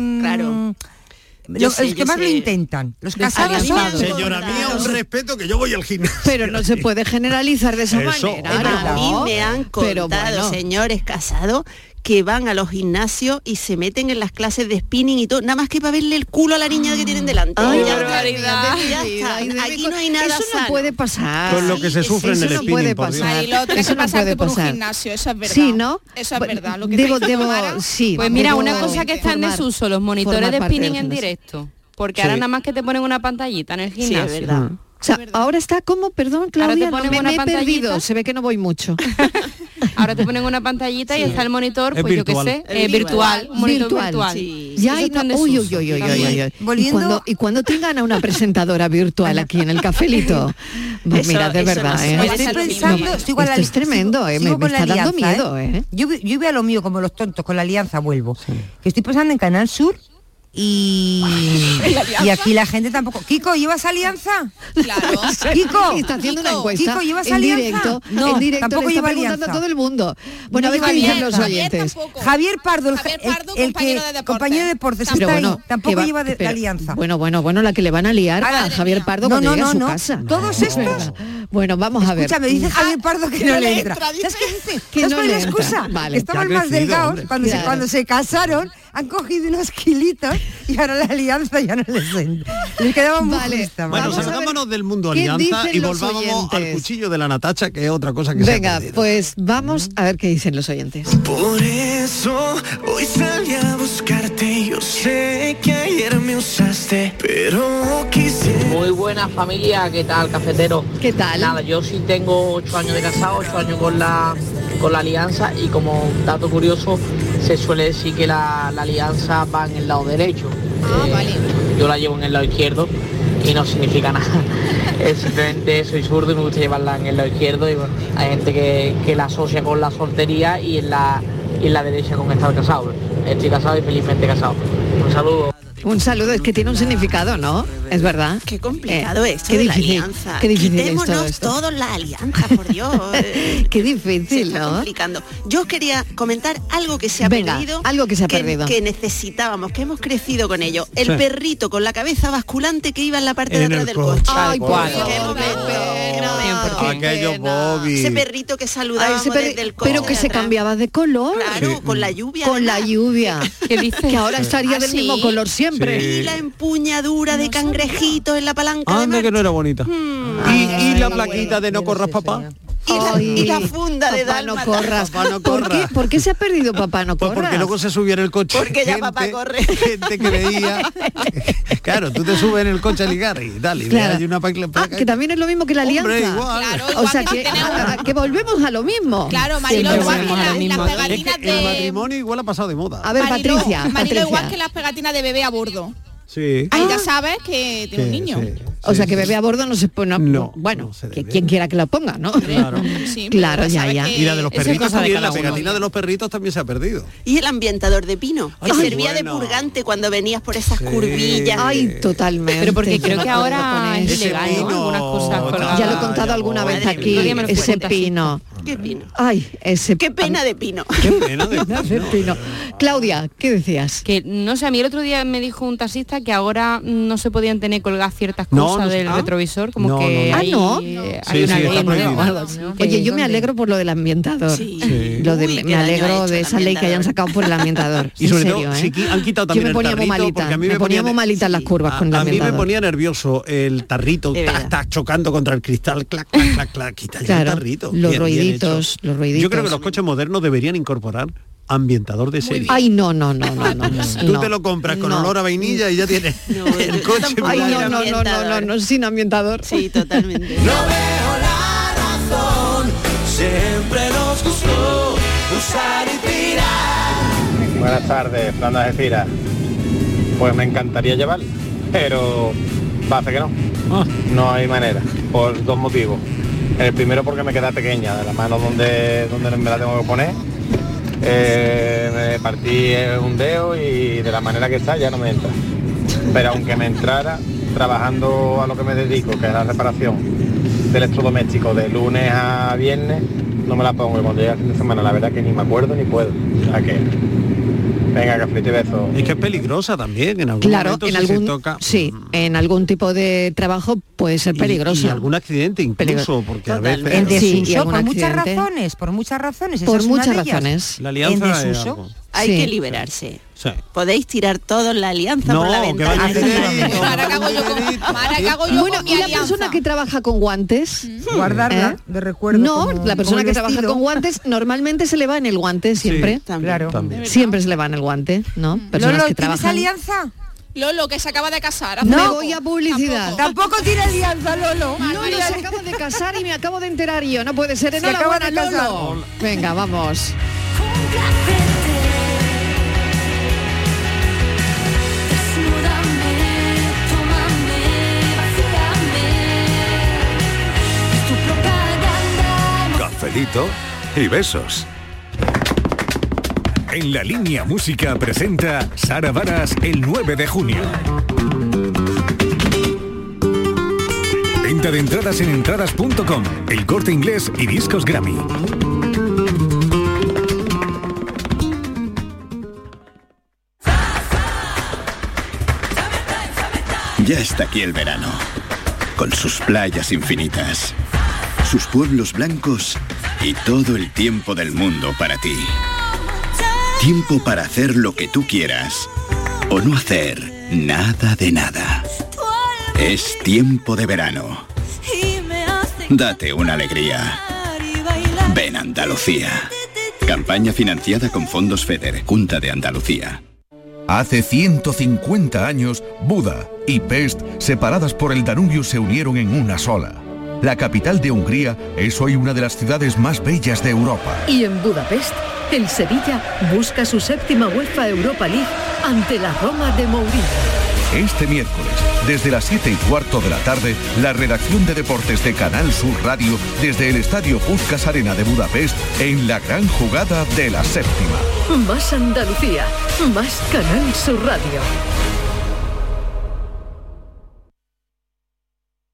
Speaker 5: Yo
Speaker 7: los,
Speaker 5: sé,
Speaker 7: los que
Speaker 5: yo
Speaker 7: más lo
Speaker 5: sé.
Speaker 7: intentan. Los casados son...
Speaker 5: Señora mía, un respeto que yo voy al gimnasio.
Speaker 4: Pero no se puede generalizar de esa
Speaker 5: Eso,
Speaker 4: manera.
Speaker 5: hombre.
Speaker 4: ¿no?
Speaker 6: A mí me han
Speaker 4: Pero
Speaker 6: contado,
Speaker 4: bueno.
Speaker 6: señores casados, que van a los gimnasios y se meten en las clases de spinning y todo, nada más que para verle el culo a la niña que tienen delante.
Speaker 4: Ay,
Speaker 6: Y ya
Speaker 4: qué
Speaker 6: está,
Speaker 4: barbaridad.
Speaker 6: ya está.
Speaker 4: Ay, de mi
Speaker 6: Aquí
Speaker 4: co-
Speaker 6: no hay nada
Speaker 4: Eso no
Speaker 6: sano.
Speaker 4: puede pasar.
Speaker 5: Con lo que se sufre
Speaker 4: eso
Speaker 5: en el
Speaker 4: no puede
Speaker 5: spinning, por Dios.
Speaker 4: pasar.
Speaker 9: Marilo, tienes
Speaker 4: eso
Speaker 9: que
Speaker 4: no
Speaker 9: pasarte
Speaker 4: puede
Speaker 9: por un
Speaker 4: pasar.
Speaker 9: gimnasio, eso es verdad.
Speaker 4: Sí, ¿no?
Speaker 9: Eso es verdad. Lo que te
Speaker 4: debo,
Speaker 9: dice
Speaker 4: debo,
Speaker 9: Mara.
Speaker 4: sí.
Speaker 18: Pues mira,
Speaker 4: debo
Speaker 18: una cosa que está en
Speaker 4: formar-
Speaker 18: desuso, los monitores
Speaker 4: formar
Speaker 18: de
Speaker 4: parte del
Speaker 18: spinning en
Speaker 4: gimnasio.
Speaker 18: directo.
Speaker 4: Sí.
Speaker 18: Porque ahora nada más que te ponen una pantallita en el
Speaker 4: Sí,
Speaker 18: gimnasio.
Speaker 4: es verdad. O sea, ahora está como, perdón, Claudia, no,
Speaker 18: te ponen
Speaker 4: me,
Speaker 18: una
Speaker 4: me he
Speaker 18: pantallita.
Speaker 4: perdido. Se ve que no voy mucho.
Speaker 18: Ahora te ponen una pantallita y está el monitor,
Speaker 4: Es
Speaker 18: pues yo qué
Speaker 4: virtual.
Speaker 18: sé,
Speaker 4: Es
Speaker 18: eh, virtual,
Speaker 4: virtual.
Speaker 18: un monitor
Speaker 4: Virtual,
Speaker 18: virtual.
Speaker 4: sí. Ya
Speaker 18: Eso
Speaker 4: hay
Speaker 18: está en
Speaker 4: no- uy,
Speaker 18: desuvo.
Speaker 4: uy, uy, uy,
Speaker 18: También.
Speaker 4: uy, uy. Y cuando, y cuando tengan a una presentadora virtual aquí en el cafelito, pues
Speaker 7: Eso-
Speaker 4: mira, de
Speaker 7: eso no
Speaker 4: verdad, ¿eh?
Speaker 7: se puede Estoy hacer lo mismo. pensando, estoy igual
Speaker 4: Esto
Speaker 7: al-
Speaker 4: es tremendo, ¿eh? Me,
Speaker 7: Sigo
Speaker 4: me
Speaker 7: con la
Speaker 4: está dando
Speaker 7: alianza,
Speaker 4: miedo, ¿eh?
Speaker 7: Yo, vi- yo veo a lo mío como los tontos con la alianza, vuelvo. Que estoy pensando en Canal Sur y,
Speaker 4: ¿En la alianza?
Speaker 7: y aquí la gente tampoco. Kiko, ¿llevas alianza?
Speaker 4: Claro.
Speaker 7: Kiko,
Speaker 4: está haciendo una
Speaker 7: Kiko,
Speaker 4: encuesta.
Speaker 7: Kiko, ¿llevas
Speaker 4: en
Speaker 7: alianza?
Speaker 4: directo.
Speaker 7: No,
Speaker 4: en directo
Speaker 7: tampoco
Speaker 4: le está
Speaker 7: lleva
Speaker 4: preguntando
Speaker 7: alianza.
Speaker 4: a todo el mundo. Bueno, a
Speaker 7: No
Speaker 4: ver
Speaker 7: lleva
Speaker 4: qué dicen
Speaker 7: alianza.
Speaker 4: los oyentes.
Speaker 7: Javier Pardo, el, el- el que, compañero de deportes,
Speaker 4: Pero
Speaker 7: está
Speaker 4: bueno,
Speaker 7: ahí, tampoco
Speaker 4: que va-
Speaker 7: lleva de,
Speaker 4: pero-
Speaker 7: alianza.
Speaker 4: Bueno, bueno, bueno, la que le van a liar
Speaker 7: Ahora-
Speaker 4: a Javier Pardo
Speaker 7: No,
Speaker 4: cuando
Speaker 7: no,
Speaker 4: llegue a
Speaker 7: no,
Speaker 4: su
Speaker 7: no.
Speaker 4: casa.
Speaker 7: Todos
Speaker 4: Es
Speaker 7: estos-
Speaker 4: verdad. Bueno, vamos a ver. Mm.
Speaker 7: Escucha, me dice Javier Pardo Ah, que no le entra. ¿Sabes qué dice?
Speaker 4: Que
Speaker 7: ¿Sabes
Speaker 4: no
Speaker 7: cuál
Speaker 4: le
Speaker 7: es la
Speaker 4: entra.
Speaker 7: excusa?
Speaker 4: Vale.
Speaker 7: Estaban
Speaker 4: Que ha
Speaker 7: más
Speaker 4: crecido,
Speaker 7: delgados
Speaker 4: hombre.
Speaker 7: cuando, se,
Speaker 4: Claro.
Speaker 7: cuando se casaron, han cogido unos kilitos y ahora la alianza ya no les entra. Les quedaba muy justa,
Speaker 5: Bueno,
Speaker 7: vamos a ver.
Speaker 5: salgámonos del mundo
Speaker 7: qué
Speaker 5: alianza
Speaker 7: dicen
Speaker 5: y
Speaker 7: los
Speaker 5: volvábamos al
Speaker 4: oyentes.
Speaker 5: cuchillo de la Natacha, que es otra cosa que se ha
Speaker 4: Venga, pues vamos a ver qué dicen los oyentes.
Speaker 8: Por eso hoy salí a buscarte. Yo sé que ayer me usaste, pero quise.
Speaker 21: Muy buena familia, ¿qué tal, cafetero?
Speaker 4: ¿Qué tal?
Speaker 21: Nada, yo sí tengo ocho años de casado, ocho años con la con la alianza y como dato curioso se suele decir que la, la alianza va en el lado derecho.
Speaker 4: Ah,
Speaker 21: Eh, Yo la llevo en el lado izquierdo y no significa nada. Es simplemente soy zurdo y me gusta llevarla en el lado izquierdo y bueno, hay gente que, que la asocia con la soltería y en la, y en la derecha con estar casado. Estoy casado y felizmente casado. Un saludo.
Speaker 4: Un saludo, es que tiene un significado, ¿no? Es verdad. Qué
Speaker 6: complicado
Speaker 4: es
Speaker 6: esto
Speaker 4: Eh, Qué
Speaker 6: de la
Speaker 4: difícil.
Speaker 6: alianza.
Speaker 4: Qué difícil es
Speaker 6: Quitémonos
Speaker 4: todo esto.
Speaker 6: todos la alianza, por Dios.
Speaker 4: qué difícil,
Speaker 6: ¿no? Complicando. Yo quería comentar algo que se ha
Speaker 4: Venga,
Speaker 6: perdido.
Speaker 4: algo que se ha perdido.
Speaker 6: Que necesitábamos, que hemos crecido con ello. El
Speaker 4: Sí.
Speaker 6: perrito con la cabeza basculante que iba en la parte de
Speaker 5: En
Speaker 6: atrás
Speaker 5: el
Speaker 6: del
Speaker 5: coche.
Speaker 6: coche.
Speaker 5: Ay, por
Speaker 6: qué
Speaker 5: favor,
Speaker 6: momento.
Speaker 5: Aquello Bobby.
Speaker 6: Ese perrito que saludaba
Speaker 4: Ay, ese perri-
Speaker 6: desde el coche.
Speaker 4: pero que se cambiaba de color.
Speaker 6: Claro, con la lluvia.
Speaker 4: Con la lluvia.
Speaker 6: ¿Qué dices?
Speaker 4: Que ahora estaría
Speaker 6: ¿Ah,
Speaker 4: del
Speaker 6: sí?
Speaker 4: mismo color siempre.
Speaker 6: Y la empuñadura de cangrejito en la palanca de
Speaker 5: Ah, Anda que no era bonita. y, y la plaquita de no corras papá.
Speaker 6: Y la, y la funda de
Speaker 4: Papá no
Speaker 6: dálmata.
Speaker 4: corras.
Speaker 5: Papá no
Speaker 4: ¿Por, qué,
Speaker 5: corras.
Speaker 4: por qué se ha perdido papá no
Speaker 5: Pues
Speaker 4: corras?
Speaker 5: porque luego se subía en el coche.
Speaker 4: Porque ya
Speaker 5: gente-
Speaker 4: papá corre.
Speaker 5: Gente que veía. Claro, tú te subes en el coche a ligar y dale, y
Speaker 4: Claro.
Speaker 5: hay una pa-
Speaker 4: Ah, que también es lo mismo que la alianza.
Speaker 5: Hombre, igual. Claro,
Speaker 4: o
Speaker 5: igual
Speaker 4: sea
Speaker 5: que
Speaker 4: que, ah, que volvemos a lo mismo.
Speaker 9: Claro, Mariló,
Speaker 4: Marilón
Speaker 9: igual que la- las
Speaker 5: Es
Speaker 9: pegatinas
Speaker 5: que el
Speaker 9: de...
Speaker 5: matrimonio igual ha pasado de moda.
Speaker 4: A ver,
Speaker 9: Mariló,
Speaker 4: Patricia.
Speaker 6: Ah,
Speaker 9: Mariló,
Speaker 4: Patricia.
Speaker 9: igual que las pegatinas de bebé a bordo.
Speaker 5: Sí.
Speaker 9: Ahí
Speaker 6: Ah.
Speaker 9: ya sabes que tiene un niño.
Speaker 4: o sea que bebé a bordo no se pone. bueno, que quien quiera que la ponga, ¿no? Claro, claro ya, ya.
Speaker 5: Y la de los
Speaker 4: Eso es
Speaker 5: perritos
Speaker 4: cosa de
Speaker 5: también,
Speaker 4: cada
Speaker 5: la
Speaker 4: uno.
Speaker 5: pegatina de los perritos también se ha perdido.
Speaker 6: Y el ambientador de pino,
Speaker 5: Ay,
Speaker 6: que
Speaker 5: qué
Speaker 6: servía
Speaker 5: bueno.
Speaker 6: de purgante cuando venías por esas curvillas.
Speaker 4: Ay, totalmente.
Speaker 6: Pero porque
Speaker 4: yo
Speaker 6: creo
Speaker 4: me
Speaker 6: que
Speaker 4: acuerdo
Speaker 6: ahora
Speaker 4: con
Speaker 6: es
Speaker 4: eso.
Speaker 6: ilegal, ¿no? Algunas cosas
Speaker 4: Ya lo
Speaker 6: colgadas,
Speaker 4: he contado alguna vez aquí,
Speaker 6: Otro día me lo
Speaker 4: ese
Speaker 6: cuentas, sí.
Speaker 4: pino.
Speaker 6: Qué pino.
Speaker 4: Ay, ese Qué
Speaker 6: pena de pino.
Speaker 5: Qué pena de
Speaker 4: Ese pino. Claudia, ¿qué decías?
Speaker 18: Que no sé, a mí el otro día me dijo un taxista que ahora no se podían tener colgadas ciertas
Speaker 4: No,
Speaker 18: cosas
Speaker 4: no sé.
Speaker 18: del
Speaker 4: Ah.
Speaker 18: retrovisor, como
Speaker 4: No,
Speaker 18: que
Speaker 4: no, no.
Speaker 18: hay,
Speaker 4: Ah, no.
Speaker 18: hay
Speaker 4: Sí,
Speaker 18: una
Speaker 4: sí,
Speaker 18: ley
Speaker 4: está
Speaker 18: nueva o
Speaker 4: prohibido.
Speaker 18: algo así, ¿no?
Speaker 4: Oye, yo me alegro por lo del ambientador. Lo de, me alegro de esa ley que hayan sacado por el ambientador.
Speaker 5: Y sobre
Speaker 4: en
Speaker 5: todo,
Speaker 4: serio, ¿eh?
Speaker 5: si qui- han quitado
Speaker 4: Yo
Speaker 5: también
Speaker 4: me
Speaker 5: el
Speaker 4: ponía muy
Speaker 5: tarrito,
Speaker 4: malita.
Speaker 5: porque a mí
Speaker 4: me
Speaker 5: me
Speaker 4: ponía
Speaker 5: ponía
Speaker 4: muy
Speaker 5: de-
Speaker 4: malita las curvas con el
Speaker 5: A mí me
Speaker 4: ambientador.
Speaker 5: ponía nervioso el tarrito, tac, tac, chocando contra el cristal, clac, clac, clac, clac, quita ya
Speaker 4: Claro,
Speaker 5: el tarrito.
Speaker 4: los
Speaker 5: Bien, bien
Speaker 4: ruiditos,
Speaker 5: hecho.
Speaker 4: los ruiditos.
Speaker 5: Yo creo que los coches modernos deberían incorporar ambientador de serie.
Speaker 4: Ay, no, no, no, no, no.
Speaker 5: Tú
Speaker 4: no.
Speaker 5: te lo compras con olor a vainilla y ya tienes el coche.
Speaker 4: Ay, no, no, no, no, no, no, sin ambientador.
Speaker 6: Sí, totalmente.
Speaker 8: Siempre nos gustó usar y tirar.
Speaker 22: Buenas tardes, Fernanda Gecira. Pues me encantaría llevar, pero parece que no.
Speaker 5: Ah.
Speaker 22: No hay manera, por dos motivos. El primero porque me queda pequeña, de la mano donde, donde me la tengo que poner. Eh, me partí eh, un dedo y de la manera que está ya no me entra. Pero aunque me entrara, trabajando a lo que me dedico, que es la reparación de electrodomésticos de lunes a viernes, no me la pongo. Y cuando llega el fin de semana, la verdad que ni me acuerdo ni puedo. O sea que Venga, café y beso.
Speaker 5: Es que es peligrosa también, en algún
Speaker 4: Claro,
Speaker 5: momento
Speaker 4: en
Speaker 5: si se
Speaker 4: algún,
Speaker 5: toca.
Speaker 4: sí, en algún tipo de trabajo puede ser
Speaker 5: y-
Speaker 4: peligroso.
Speaker 5: Y, algún accidente incluso,
Speaker 4: Peligro-
Speaker 5: porque a
Speaker 4: Totalmente.
Speaker 5: veces...
Speaker 4: En
Speaker 7: Desuso,
Speaker 4: Sí, y algún
Speaker 7: por muchas
Speaker 4: accidente.
Speaker 7: razones, por muchas razones.
Speaker 4: Por
Speaker 7: esa es una
Speaker 4: muchas
Speaker 7: de ellas.
Speaker 4: razones.
Speaker 5: La alianza
Speaker 7: en
Speaker 5: es
Speaker 7: desuso.
Speaker 5: algo.
Speaker 6: Hay
Speaker 4: Sí.
Speaker 6: que liberarse.
Speaker 5: Sí.
Speaker 6: Podéis tirar todos la alianza por la
Speaker 5: No, que
Speaker 6: ventana.
Speaker 5: vaya
Speaker 9: Ahora cago yo con, ahora cago yo
Speaker 4: bueno,
Speaker 9: con mi
Speaker 4: y la
Speaker 9: alianza. Mm.
Speaker 4: persona que trabaja con guantes,
Speaker 7: Guardarla
Speaker 4: ¿Eh?
Speaker 7: de recuerdo.
Speaker 4: No,
Speaker 7: como-
Speaker 4: la
Speaker 7: como
Speaker 4: persona
Speaker 7: el
Speaker 4: que trabaja
Speaker 7: vestido.
Speaker 4: con guantes normalmente se le va en el guante siempre.
Speaker 7: claro.
Speaker 5: también.
Speaker 4: Siempre se le va en el guante, ¿no?
Speaker 9: Mm.
Speaker 4: Personas
Speaker 7: Lolo,
Speaker 4: que
Speaker 7: ¿tienes
Speaker 4: trabajan.
Speaker 7: alianza?
Speaker 9: Lolo, que se acaba de casar. hace
Speaker 4: No, me
Speaker 9: poco.
Speaker 4: voy a publicidad.
Speaker 7: Tampoco tiene alianza, Lolo.
Speaker 4: No, no, se acaba de casar y me acabo de enterar yo. No puede ser.
Speaker 7: Se acaba
Speaker 4: Enhorabuena,
Speaker 7: de casar.
Speaker 4: Lolo. Venga, vamos.
Speaker 8: Desnúdame, tómame, vacíame. Es tu propaganda.
Speaker 2: Cafelito y besos.
Speaker 23: En la línea música presenta Sara Varas el 9 de junio. Venta de entradas en entradas.com, el corte inglés y discos Grammy.
Speaker 15: Ya está aquí el verano, con sus playas infinitas, sus pueblos blancos y todo el tiempo del mundo para ti. Tiempo para hacer lo que tú quieras, o no hacer nada de nada. Es tiempo de verano. Date una alegría. Ven a Andalucía. Campaña financiada con fondos FEDER, Junta de Andalucía.
Speaker 1: Hace 150 años, Buda y Pest, separadas por el Danubio, se unieron en una sola. La capital de Hungría es hoy una de las ciudades más bellas de Europa.
Speaker 24: Y en Budapest, el Sevilla busca su séptima UEFA Europa League ante la Roma de Mourinho.
Speaker 1: Este miércoles, desde las 7 y cuarto de la tarde, la redacción de deportes de Canal Sur Radio, desde el Estadio Puskas Arena de Budapest, en la gran jugada de la séptima.
Speaker 24: Más Andalucía, más Canal Sur Radio.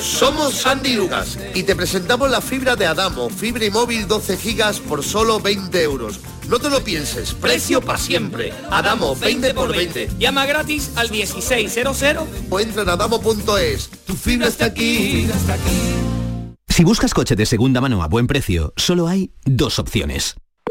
Speaker 16: Somos Sandy Lucas y te presentamos la fibra de Adamo, fibra y móvil 12 gigas por solo 20 euros. No te lo pienses, precio para siempre. Adamo, 20 por 20. Llama gratis al 1600 o entra en adamo.es. Tu fibra está aquí.
Speaker 25: Si buscas coche de segunda mano a buen precio, solo hay dos opciones.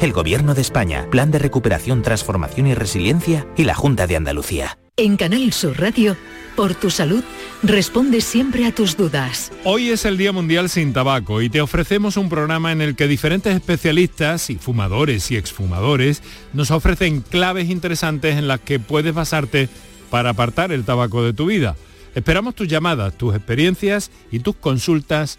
Speaker 26: el Gobierno de España, Plan de Recuperación, Transformación y Resiliencia y la Junta de Andalucía.
Speaker 24: En Canal Sur Radio, por tu salud, responde siempre a tus dudas.
Speaker 27: Hoy es el Día Mundial sin Tabaco y te ofrecemos un programa en el que diferentes especialistas y fumadores y exfumadores nos ofrecen claves interesantes en las que puedes basarte para apartar el tabaco de tu vida. Esperamos tus llamadas, tus experiencias y tus consultas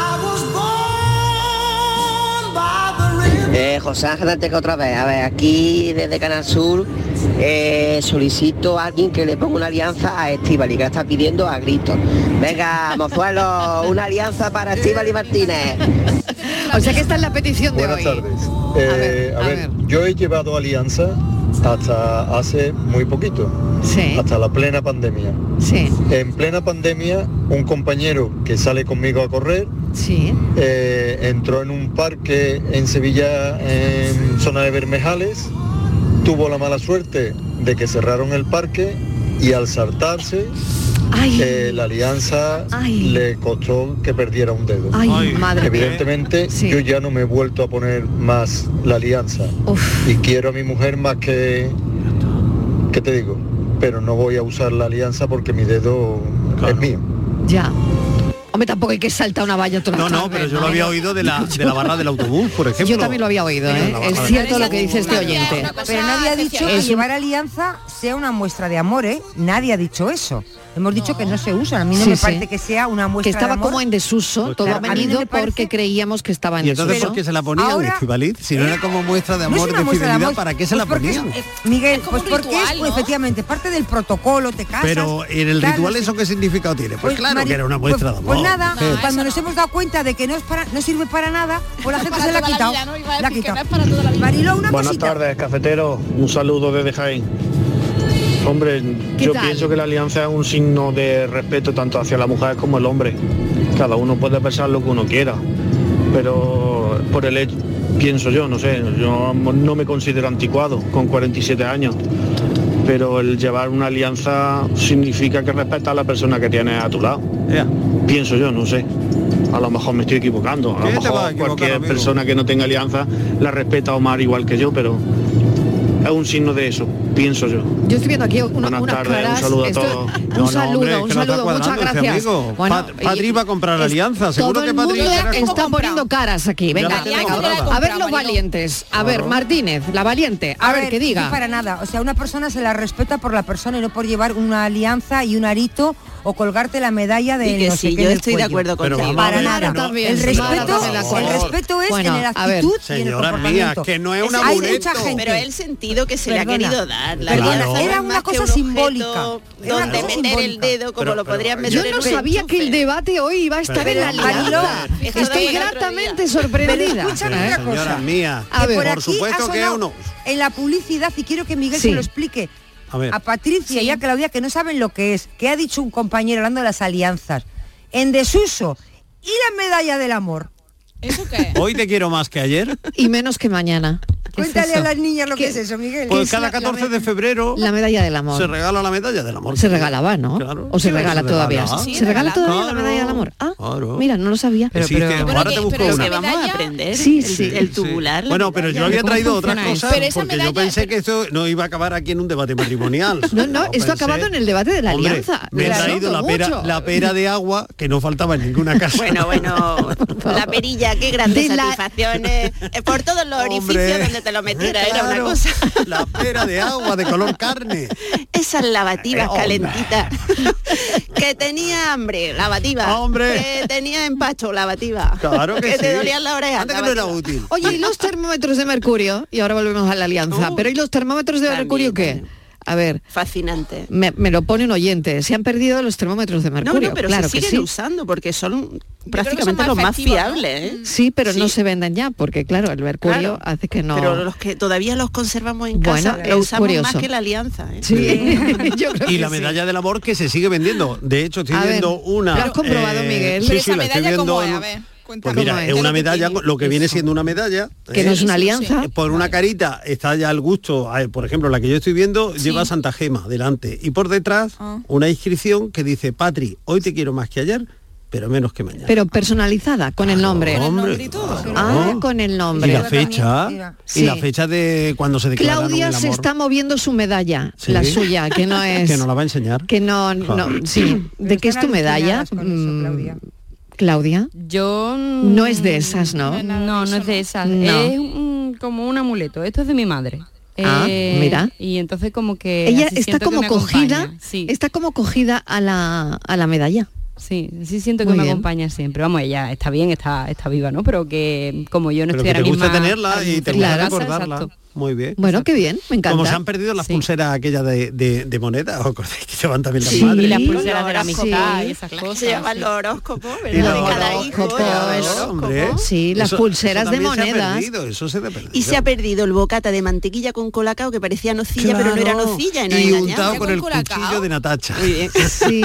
Speaker 20: Eh, José Ángel Anteca otra vez. A ver, aquí desde Canal Sur eh, solicito a alguien que le ponga una alianza a Estivali, que la está pidiendo a gritos. Venga, mozuelo, una alianza para Estivali Martínez.
Speaker 4: O sea que esta es la petición de
Speaker 28: Buenas
Speaker 4: hoy.
Speaker 28: tardes. Eh, a ver, yo he llevado Alianza hasta hace muy poquito, hasta la plena pandemia.
Speaker 4: Sí.
Speaker 28: En plena pandemia, un compañero que sale conmigo a correr eh, entró en un parque en Sevilla, en zona de Bermejales, tuvo la mala suerte de que cerraron el parque y al saltarse, eh, la alianza le costó que perdiera un dedo.
Speaker 4: Ay, Ay. madre mía.
Speaker 28: Evidentemente, yo ya no me he vuelto a poner más la alianza. Y quiero a mi mujer más que... ¿Qué te digo? Pero no voy a usar la alianza porque mi dedo es mío.
Speaker 4: Ya. Hombre, tampoco hay que saltar una valla toda
Speaker 5: No, no, pero yo lo había oído de la, Ah, de la barra del autobús, por ejemplo.
Speaker 4: Yo también lo había oído, ¿eh?
Speaker 5: la barra
Speaker 4: Es
Speaker 5: del
Speaker 4: cierto lo que dice este oyente.
Speaker 7: Pero nadie ha dicho que
Speaker 4: Es un-
Speaker 7: llevar alianza sea una muestra de amor, ¿eh? Nadie ha dicho eso. Hemos dicho que no se usan. A mí no
Speaker 4: Sí,
Speaker 7: me
Speaker 4: sí.
Speaker 7: parece que sea una
Speaker 4: que
Speaker 7: muestra de
Speaker 4: estaba
Speaker 7: amor.
Speaker 4: como en desuso, todo
Speaker 7: claro,
Speaker 4: ha
Speaker 7: a mí no me
Speaker 4: venido porque creíamos que estaba en
Speaker 5: Pues Y entonces,
Speaker 4: desuso.
Speaker 5: ¿por qué se la ponían
Speaker 4: Ahora-
Speaker 5: Estivaliz? Si no era como muestra de
Speaker 7: Eh, No es
Speaker 5: amor,
Speaker 7: una
Speaker 5: de
Speaker 7: muestra de
Speaker 5: fidelidad,
Speaker 7: amor.
Speaker 5: ¿para qué se la
Speaker 7: Pues porque es-
Speaker 5: ponían?
Speaker 7: eh, Miguel,
Speaker 4: como
Speaker 7: pues
Speaker 4: un
Speaker 7: porque
Speaker 4: ritual,
Speaker 7: es pues,
Speaker 4: ¿no?
Speaker 7: efectivamente parte del protocolo, te casas.
Speaker 5: Pero en el
Speaker 7: tal, no
Speaker 5: ritual,
Speaker 7: sé
Speaker 5: ¿eso qué significado tiene? Pues,
Speaker 7: Pues,
Speaker 5: claro
Speaker 7: Mari-
Speaker 5: que era una muestra
Speaker 7: pues-
Speaker 5: de
Speaker 7: pues
Speaker 5: amor.
Speaker 7: decir nada.
Speaker 5: Feo.
Speaker 7: Cuando nos hemos dado cuenta de que no, es para, no sirve para nada, pues la gente se la ha quitado. La ha quitado. Mariló, una
Speaker 29: Buenas
Speaker 7: cosita.
Speaker 29: tardes, cafetero. Un saludo desde Jaén. Hombre,
Speaker 7: ¿Qué
Speaker 29: yo
Speaker 7: tal?
Speaker 29: pienso que la alianza es un signo de respeto tanto hacia la mujer como el hombre. Cada uno puede pensar lo que uno quiera, pero por el hecho, pienso yo, no sé, yo no me considero anticuado con 47 años, pero el llevar una alianza significa que respetas a la persona que tienes a tu lado. Pienso yo, no sé. A lo mejor me estoy equivocando, a lo
Speaker 5: ¿Qué te vas a
Speaker 29: mejor
Speaker 5: equivocar,
Speaker 29: cualquier
Speaker 5: amigo?
Speaker 29: persona que no tenga alianza la respeta Omar igual que yo, pero es un signo de eso, pienso yo.
Speaker 4: Yo estoy viendo aquí una-
Speaker 29: Buenas
Speaker 4: unas
Speaker 29: tardes, un
Speaker 4: claras.
Speaker 29: saludo a
Speaker 4: esto-
Speaker 29: todos.
Speaker 4: un
Speaker 29: No, no,
Speaker 4: saludo,
Speaker 29: hombre, es
Speaker 4: un
Speaker 29: que no está
Speaker 4: saludo, muchas
Speaker 29: cuadrando este
Speaker 4: gracias.
Speaker 29: amigo.
Speaker 5: Pat- Patri va a comprar
Speaker 4: es-
Speaker 5: alianza, seguro
Speaker 4: todo
Speaker 5: que
Speaker 4: el
Speaker 5: Patri
Speaker 4: mundo
Speaker 5: era
Speaker 4: está
Speaker 5: como-
Speaker 4: poniendo caras aquí.
Speaker 5: Ya
Speaker 4: Venga,
Speaker 5: la tengo comprada.
Speaker 4: a ver los valientes. A ver, Martínez, la valiente. A, ver, que
Speaker 7: no
Speaker 4: diga.
Speaker 7: para nada. O sea, una persona se la respeta por la persona y no por llevar una alianza y un arito o colgarte la medalla de
Speaker 6: Y que
Speaker 7: no sé
Speaker 6: sí,
Speaker 7: qué
Speaker 6: yo
Speaker 7: en el
Speaker 6: estoy de
Speaker 7: cuello.
Speaker 6: acuerdo Pero contigo. vamos a
Speaker 7: Para
Speaker 6: ver,
Speaker 7: nada.
Speaker 6: no,
Speaker 7: el
Speaker 6: sí,
Speaker 7: respeto,
Speaker 6: no, no,
Speaker 7: el
Speaker 6: por favor.
Speaker 7: respeto es
Speaker 6: Bueno,
Speaker 7: en la
Speaker 6: a ver.
Speaker 7: actitud y en el
Speaker 5: Señora mía,
Speaker 7: comportamiento.
Speaker 5: que no es un
Speaker 7: Hay
Speaker 5: amuleto.
Speaker 7: mucha gente.
Speaker 6: Pero el sentido que se le ha
Speaker 7: Perdona.
Speaker 6: querido dar. La
Speaker 7: Perdona,
Speaker 6: alianza
Speaker 7: era
Speaker 6: es
Speaker 7: una
Speaker 6: más que
Speaker 7: cosa
Speaker 6: un objeto
Speaker 7: simbólica. Era una
Speaker 6: Donde
Speaker 7: cosa
Speaker 6: meter el
Speaker 7: simbólica.
Speaker 6: dedo como
Speaker 7: Pero-
Speaker 6: lo
Speaker 7: pero-
Speaker 6: podrías meter
Speaker 4: Yo
Speaker 6: en
Speaker 4: no
Speaker 6: un
Speaker 4: sabía que el debate hoy iba a estar en
Speaker 6: Pero-
Speaker 4: la alianza.
Speaker 6: Mariló, esto
Speaker 4: Estoy
Speaker 6: daba el otro
Speaker 4: gratamente sorprendida.
Speaker 7: Pero escúchame
Speaker 4: ¿eh?
Speaker 7: una
Speaker 5: señora
Speaker 7: cosa.
Speaker 5: mía.
Speaker 7: Que
Speaker 5: A ver.
Speaker 7: por,
Speaker 5: Por
Speaker 7: aquí
Speaker 5: supuesto
Speaker 7: ha
Speaker 5: que es
Speaker 7: sonado
Speaker 5: uno.
Speaker 7: En la publicidad, y quiero que Miguel
Speaker 5: Sí.
Speaker 7: se lo explique.
Speaker 5: A ver.
Speaker 7: Patricia y a Claudia que no saben lo que es, que ha dicho un compañero hablando de las alianzas. En desuso. Y la medalla del amor.
Speaker 5: Hoy te quiero más que ayer.
Speaker 4: Y menos que mañana.
Speaker 7: Cuéntale
Speaker 5: eso?
Speaker 7: a las niñas lo que es eso, Miguel.
Speaker 5: Pues cada 14 de febrero
Speaker 4: La medalla del amor.
Speaker 5: se regala la medalla del amor.
Speaker 4: Se regalaba, ¿no? O se
Speaker 5: Sí,
Speaker 4: regala
Speaker 5: se
Speaker 4: todavía.
Speaker 5: regala.
Speaker 4: Se regala todavía la medalla del amor. Ah, mira, no lo sabía.
Speaker 5: Existe, ahora te busco una.
Speaker 6: vamos a aprender.
Speaker 4: Sí,
Speaker 6: el,
Speaker 4: sí.
Speaker 6: el tubular. la
Speaker 5: Bueno, pero yo
Speaker 6: medalla.
Speaker 5: había traído otras cosas
Speaker 6: Pero esa
Speaker 5: porque
Speaker 6: medalla-
Speaker 5: yo pensé que esto no iba a acabar aquí en un debate matrimonial.
Speaker 4: No, no, esto ha acabado en el debate de la
Speaker 5: Hombre,
Speaker 4: alianza.
Speaker 5: me he
Speaker 4: Lo
Speaker 5: traído la
Speaker 4: siento
Speaker 5: pera,
Speaker 4: mucho.
Speaker 5: la pera de agua que no faltaba en ninguna casa.
Speaker 6: Bueno, bueno, la perilla, qué grandes
Speaker 4: De la-
Speaker 6: satisfacciones. eh, Por todos los orificios donde te lo metiera, era una
Speaker 5: claro.
Speaker 6: cosa.
Speaker 5: La pera de agua de color carne.
Speaker 6: Esas lavativas
Speaker 5: Hombre.
Speaker 6: calentitas. que tenía hambre, lavativa.
Speaker 5: Hombre.
Speaker 6: Que tenía empacho, lavativa.
Speaker 5: Claro que
Speaker 6: te
Speaker 5: sí.
Speaker 6: dolían la oreja.
Speaker 5: Anda que no era útil.
Speaker 4: Oye, ¿y los termómetros de mercurio? Y ahora volvemos a la alianza. Pero ¿y los termómetros de mercurio qué? A ver,
Speaker 6: Fascinante.
Speaker 4: me, me lo pone un oyente. Se han perdido los termómetros de
Speaker 6: No,
Speaker 4: mercurio.
Speaker 6: no, pero
Speaker 4: claro
Speaker 6: se siguen
Speaker 4: que sí.
Speaker 6: usando porque son
Speaker 4: son
Speaker 6: prácticamente
Speaker 4: más
Speaker 6: los más
Speaker 4: efectivos, ¿no?
Speaker 6: fiables. ¿eh?
Speaker 4: Sí, pero no se venden ya, porque claro, el mercurio
Speaker 6: Claro.
Speaker 4: hace que no.
Speaker 6: Pero los que todavía los conservamos en
Speaker 4: Bueno,
Speaker 6: casa,
Speaker 4: es
Speaker 6: los usamos
Speaker 4: curioso.
Speaker 6: más que la alianza. ¿eh?
Speaker 4: Sí.
Speaker 5: y la medalla del amor que se sigue vendiendo. De hecho, estoy
Speaker 6: A ver,
Speaker 5: viendo una. eh,
Speaker 6: ¿lo has comprobado,
Speaker 30: Eh,
Speaker 6: Miguel?
Speaker 5: sí,
Speaker 6: Pero
Speaker 5: sí,
Speaker 6: esa
Speaker 5: la estoy
Speaker 6: medalla,
Speaker 5: viendo
Speaker 6: ¿cómo
Speaker 5: en-
Speaker 6: es? A ver,
Speaker 5: Pues
Speaker 6: cuéntame.
Speaker 5: mira,
Speaker 6: ¿Cómo
Speaker 5: es
Speaker 6: es?
Speaker 5: una medalla, lo que viene siendo una medalla. ¿eh?
Speaker 4: Que no es una alianza.
Speaker 5: Por una carita está ya al gusto. Ah, Por ejemplo, la que yo estoy viendo lleva Santa Gema delante. Y por detrás,
Speaker 4: Ah.
Speaker 5: una inscripción que dice, Patri, hoy te quiero más que ayer, pero menos que mañana.
Speaker 4: Pero personalizada, con el nombre.
Speaker 5: Hombre,
Speaker 4: Ah, con el nombre.
Speaker 5: y la fecha,
Speaker 4: Sí.
Speaker 5: y la fecha de cuando se declararon
Speaker 4: Claudia
Speaker 5: el
Speaker 4: se
Speaker 5: amor.
Speaker 4: está moviendo su medalla,
Speaker 5: Sí.
Speaker 4: la suya, que no es.
Speaker 5: Que nos la va a enseñar.
Speaker 4: que no, no,
Speaker 5: Joder.
Speaker 4: sí. ¿De qué es tu medalla? Mm, Claudia.
Speaker 18: Yo mm,
Speaker 4: No es de esas, ¿no?
Speaker 18: No, no es de esas.
Speaker 4: No.
Speaker 18: Es un- como un amuleto. Esto es de mi madre. Eh,
Speaker 4: Ah, mira.
Speaker 18: Y entonces como que...
Speaker 4: Ella
Speaker 18: así
Speaker 4: está
Speaker 18: siento que
Speaker 4: como
Speaker 18: me
Speaker 4: cogida,
Speaker 18: acompaña. Sí,
Speaker 4: está como cogida a la, a la medalla.
Speaker 18: sí, sí siento que
Speaker 4: Muy
Speaker 18: me
Speaker 4: bien.
Speaker 18: acompaña siempre. Vamos, ella está bien, está, está viva, ¿no? Pero que como yo no
Speaker 5: Pero
Speaker 18: estoy
Speaker 5: que te
Speaker 18: ahora
Speaker 5: gusta
Speaker 18: misma
Speaker 5: tenerla y te
Speaker 18: en
Speaker 5: gusta
Speaker 18: la casa,
Speaker 5: recordarla.
Speaker 18: exacto.
Speaker 5: Muy bien.
Speaker 4: Bueno, qué bien, me encanta.
Speaker 5: Como se han perdido las pulseras aquellas de, de, de moneda, ¿os acordáis que llevan también las
Speaker 18: Sí,
Speaker 5: madres?
Speaker 18: las pulseras de la amistad y esas
Speaker 6: Las que
Speaker 18: cosas.
Speaker 6: se llaman
Speaker 18: sí.
Speaker 6: los horóscopos, ¿verdad?
Speaker 5: Y
Speaker 6: De
Speaker 5: los
Speaker 6: cada hijo.
Speaker 5: horóscopos,
Speaker 6: ¿verdad?
Speaker 5: hombre.
Speaker 4: Sí, las
Speaker 5: Eso-
Speaker 4: pulseras
Speaker 5: eso
Speaker 4: de
Speaker 5: también se ha
Speaker 4: monedas.
Speaker 5: perdido, eso se ha perdido.
Speaker 6: Y se ha perdido el bocata de mantequilla con colacao que parecía nocilla, pero no era
Speaker 5: Claro,
Speaker 6: nocilla. no
Speaker 5: Y
Speaker 6: engañaba.
Speaker 5: untado con el cuchillo de Natacha.
Speaker 4: Sí,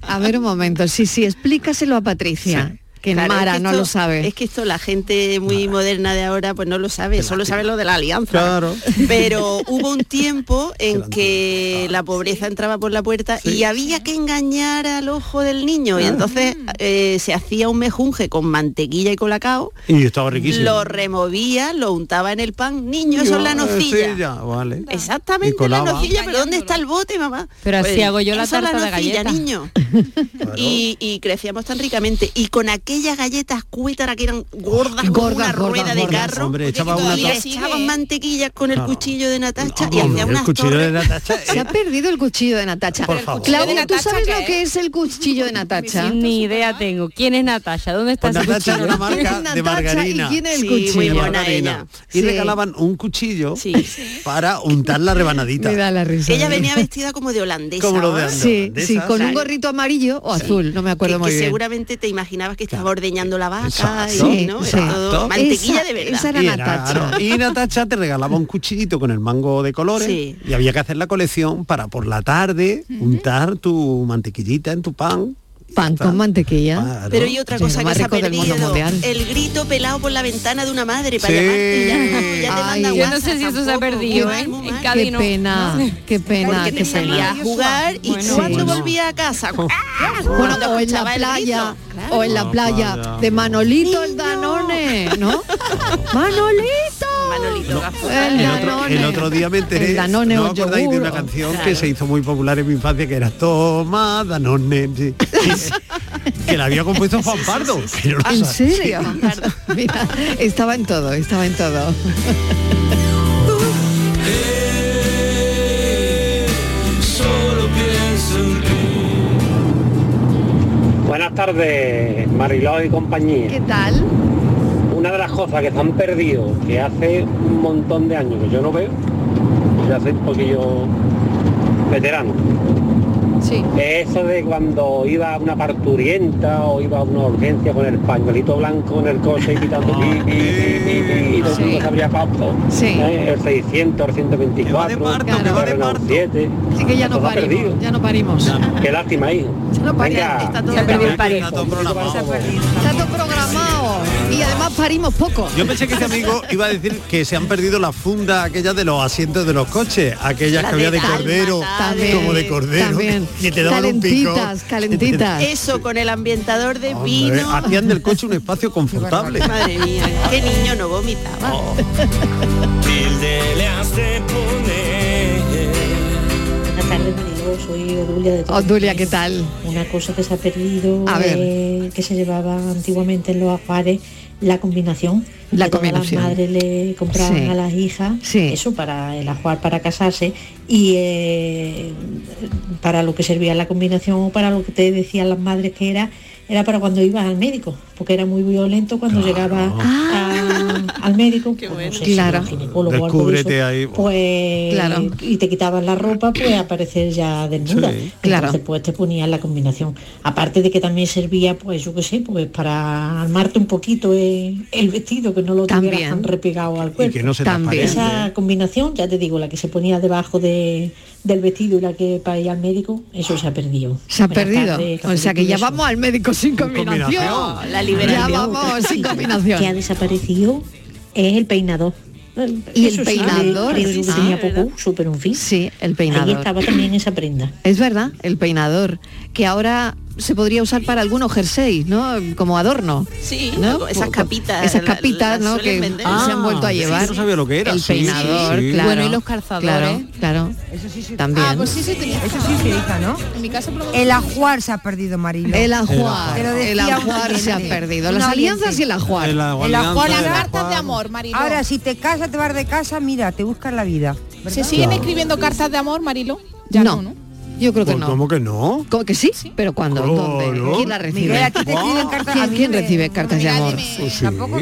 Speaker 4: a ver un momento. Sí, sí, explícaselo a Patricia, que
Speaker 6: Claro, es
Speaker 4: Mara
Speaker 6: que
Speaker 4: no
Speaker 6: esto-
Speaker 4: lo sabe.
Speaker 6: Es que esto la gente muy moderna de ahora pues no lo sabe, solo sabe lo de la alianza.
Speaker 4: Claro.
Speaker 6: Pero hubo un tiempo en que la pobreza entraba por la puerta y había que engañar al ojo del niño. Y
Speaker 5: Claro.
Speaker 6: entonces eh, se hacía un mejunje con mantequilla y colacao,
Speaker 5: Y estaba riquísimo.
Speaker 6: lo removía, lo untaba en el pan. Niño, eso es la nocilla.
Speaker 5: eh, Sí, ya, vale. Y
Speaker 6: Ah. Exactamente, la
Speaker 5: colaba.
Speaker 6: nocilla, pero ¿dónde está el bote, mamá?
Speaker 5: Pero así hago yo la
Speaker 6: eso es
Speaker 5: tarta de
Speaker 6: nocilla,
Speaker 5: galleta.
Speaker 6: niño. y, y crecíamos tan ricamente. Y con aquel aquellas galletas cuétara que eran gordas, como
Speaker 4: Gordas,
Speaker 6: una
Speaker 4: gordas,
Speaker 6: rueda de
Speaker 4: gordas.
Speaker 6: carro.
Speaker 5: Hombre, echaba
Speaker 6: y
Speaker 5: una
Speaker 6: le
Speaker 5: taza-
Speaker 6: echaban mantequilla con el
Speaker 5: Claro.
Speaker 6: cuchillo de Natacha y
Speaker 5: Hombre,
Speaker 6: hacía unas
Speaker 5: el cuchillo de
Speaker 6: torres.
Speaker 5: Natacha eh.
Speaker 4: Se ha perdido el cuchillo de Natacha.
Speaker 5: Por favor.
Speaker 4: Clau,
Speaker 18: ¿El cuchillo de
Speaker 4: ¿tú
Speaker 18: Natacha
Speaker 4: sabes
Speaker 18: qué
Speaker 4: lo que es el cuchillo de Natacha?
Speaker 18: Ni idea tengo. ¿Quién es Natacha? ¿Dónde está
Speaker 5: Pues
Speaker 18: esa
Speaker 5: Natacha era una
Speaker 18: cuchilla?
Speaker 5: marca de margarina.
Speaker 18: Sí, muy buena ella.
Speaker 5: Margarina. Y regalaban un cuchillo para untar la rebanadita.
Speaker 4: Me da la risa.
Speaker 6: Ella venía vestida como de holandesa.
Speaker 5: Como lo de
Speaker 6: ¿no?
Speaker 5: holandesa.
Speaker 4: Sí, sí, con un
Speaker 6: Claro.
Speaker 4: gorrito amarillo o azul, no me acuerdo
Speaker 6: que,
Speaker 4: muy
Speaker 6: que
Speaker 4: bien.
Speaker 6: seguramente te imaginabas que estaba ordeñando la vaca
Speaker 5: Exacto,
Speaker 6: y no era
Speaker 5: exacto.
Speaker 6: todo mantequilla de verdad
Speaker 4: Esa era
Speaker 5: Y
Speaker 4: Natacha.
Speaker 5: claro, ah, y Natacha te regalaba un cuchillito con el mango de colores
Speaker 6: Sí.
Speaker 5: y había que hacer la colección para por la tarde untar tu mantequillita en tu pan.
Speaker 4: Pan con mantequilla.
Speaker 6: pero y otra cosa
Speaker 4: ¿Ah, Lo
Speaker 6: que
Speaker 4: más
Speaker 6: se ha
Speaker 4: rico del mundo
Speaker 6: perdido
Speaker 4: mundial.
Speaker 6: el grito pelado por la ventana de una madre para
Speaker 4: Sí.
Speaker 6: llamarte ya, ya te
Speaker 4: Ay,
Speaker 6: manda
Speaker 4: yo no
Speaker 6: WhatsApp
Speaker 4: sé si eso se ha
Speaker 6: tampoco,
Speaker 4: perdido,
Speaker 6: muy mal,
Speaker 4: ¿eh?
Speaker 6: muy
Speaker 4: En
Speaker 6: mal.
Speaker 4: Cádiz Qué no. pena, qué pena,
Speaker 6: Porque
Speaker 4: qué
Speaker 6: te salía
Speaker 4: pena.
Speaker 6: a jugar y
Speaker 4: Bueno,
Speaker 6: cuando
Speaker 4: bueno. Ah.
Speaker 6: volvía a casa
Speaker 4: Bueno, o en la playa, o en la
Speaker 5: Ah,
Speaker 4: playa de Manolito el Danone, ¿no? Manolito.
Speaker 6: Manolito
Speaker 4: El
Speaker 5: El otro,
Speaker 4: Danone.
Speaker 5: el otro día me enteré,
Speaker 4: El Danone
Speaker 5: ¿no
Speaker 4: o
Speaker 5: acordáis de
Speaker 4: yogur,
Speaker 5: una
Speaker 4: o-
Speaker 5: canción
Speaker 4: claro.
Speaker 5: que se hizo muy popular en mi infancia que era Toma Danone? sí. que la había compuesto Juan Pardo.
Speaker 6: Ah,
Speaker 5: que yo no
Speaker 4: ¿En
Speaker 5: sabía.
Speaker 4: serio? Mira, estaba en todo, estaba en todo.
Speaker 8: Solo pienso en
Speaker 14: Buenas tardes, Mariló y compañía.
Speaker 4: ¿Qué tal?
Speaker 14: Una de las cosas que se han perdido, que hace un montón de años que yo no veo, ya soy un poquillo veterano.
Speaker 4: Sí.
Speaker 14: Eso de cuando iba a una parturienta o iba a una urgencia con el pañuelito blanco en el coche y pitando pi, pi, pi, pi, pi, y todo el mundo sabría papo. ¿eh? El 600, el 124, el Renault 7.
Speaker 4: Así que ya no
Speaker 14: Eso se ha perdido.
Speaker 4: parimos, ya no parimos.
Speaker 14: Qué lástima, hijo.
Speaker 4: no parimos.
Speaker 14: Venga,
Speaker 4: Está todo
Speaker 14: venga,
Speaker 4: perdido el
Speaker 14: venga,
Speaker 4: parejo.
Speaker 14: todo programado.
Speaker 4: Está todo programado y además parimos poco.
Speaker 5: Yo pensé que este amigo iba a decir que se han perdido las fundas aquellas de los asientos de los coches, aquellas
Speaker 4: La
Speaker 5: que había
Speaker 4: de
Speaker 5: de cordero,
Speaker 4: También,
Speaker 5: como de cordero,
Speaker 4: también.
Speaker 5: que te daban un pico.
Speaker 4: Calentitas, calentitas.
Speaker 6: eso con el ambientador de
Speaker 5: Hombre,
Speaker 6: vino
Speaker 5: Hacían del coche un espacio confortable.
Speaker 6: madre mía qué niño no vomitaba
Speaker 4: Oh.
Speaker 8: Tilde le has de poner.
Speaker 31: Buenas tardes, Mariló, soy Odulia de Torremolinos.
Speaker 4: Odulia, ¿qué tal?
Speaker 31: Una cosa que se ha perdido,
Speaker 4: A ver.
Speaker 31: eh, que se llevaba antiguamente en los afares, la combinación.
Speaker 4: La
Speaker 31: que todas
Speaker 4: combinación.
Speaker 31: Las madres le compraban
Speaker 4: Sí.
Speaker 31: a las hijas, eso para el ajuar, para casarse, y eh, para lo que servía la combinación o para lo que te decían las madres que era, era para cuando ibas al médico, porque era muy violento cuando llegabas a- al médico. pues, no sé si
Speaker 4: Ah. Claro.
Speaker 31: al ginecólogo o algo de
Speaker 5: Descúbrete
Speaker 31: eso,
Speaker 5: ahí,
Speaker 31: Pues,
Speaker 4: Claro.
Speaker 31: y te quitabas la ropa, pues aparecer ya desnuda.
Speaker 4: Sí.
Speaker 31: Claro. Entonces, pues te ponían la combinación. Aparte de que también servía, pues yo qué sé, pues para armarte un poquito eh, el vestido, que no lo
Speaker 4: También.
Speaker 31: tuvieras tan repegado al cuerpo.
Speaker 5: que no se También. transparente.
Speaker 31: Esa combinación, ya te digo, la que se ponía debajo de, del vestido y la que para ir al médico, eso se ha perdido.
Speaker 4: Se ha
Speaker 31: Buenas
Speaker 4: perdido.
Speaker 31: tardes,
Speaker 4: o sea
Speaker 31: cafelito
Speaker 4: que ya
Speaker 31: y besos.
Speaker 4: vamos al médico sin combinación.
Speaker 31: No, la liberación.
Speaker 4: Ya vamos sin
Speaker 31: que ha
Speaker 4: combinación.
Speaker 31: desaparecido es el peinador.
Speaker 4: Y el
Speaker 31: Eso sí,
Speaker 4: peinador,
Speaker 31: creo yo que
Speaker 4: sí,
Speaker 31: tenía
Speaker 4: ¿verdad?
Speaker 31: poco, súper un fin.
Speaker 4: Sí, el
Speaker 31: Ahí
Speaker 4: peinador.
Speaker 31: estaba también esa prenda.
Speaker 4: Es verdad, el peinador, que ahora se podría usar para algunos jerseys, ¿no? Como adorno.
Speaker 6: Sí,
Speaker 4: ¿no?
Speaker 6: esas capitas,
Speaker 4: Esas
Speaker 6: la-
Speaker 4: capitas,
Speaker 6: las
Speaker 4: ¿no?
Speaker 6: suelen
Speaker 4: Que
Speaker 6: vender.
Speaker 4: se han vuelto a
Speaker 5: Ah, sí,
Speaker 4: llevar.
Speaker 5: yo no sabía lo que era,
Speaker 4: El
Speaker 5: sí,
Speaker 4: peinador,
Speaker 5: sí.
Speaker 4: claro.
Speaker 5: Bueno, y los
Speaker 4: Claro,
Speaker 5: calzadores.
Speaker 4: claro. También.
Speaker 7: Ah, pues sí se utiliza. Eso sí se utiliza, ¿no? En mi casa El ajuar se ha perdido, Marilo.
Speaker 4: El ajuar,
Speaker 7: Te lo decía
Speaker 4: el
Speaker 7: un
Speaker 4: ajuar se ha
Speaker 7: oyente.
Speaker 4: perdido.
Speaker 7: Un
Speaker 4: Las
Speaker 7: oyente.
Speaker 4: alianzas y el ajuar.
Speaker 5: El ajuar, Las
Speaker 7: alianza, el
Speaker 9: Cartas de amor, Marilo.
Speaker 7: Ahora, si te casas, te vas de casa, mira, te buscas la vida. ¿verdad?
Speaker 9: ¿Se siguen escribiendo cartas de amor, Marilo?
Speaker 4: no, yo creo que
Speaker 5: Pues,
Speaker 4: no.
Speaker 5: ¿Cómo que no?
Speaker 4: ¿Cómo que sí? ¿Pero cuándo? ¿Dónde?
Speaker 5: Claro.
Speaker 4: ¿Quién la recibe?
Speaker 5: Miguel, a ti te
Speaker 7: escriben cartas- a
Speaker 4: ¿Quién,
Speaker 7: mí
Speaker 4: quién
Speaker 7: me-
Speaker 4: recibe cartas de amor?
Speaker 5: Pues sí.
Speaker 7: Ni tu,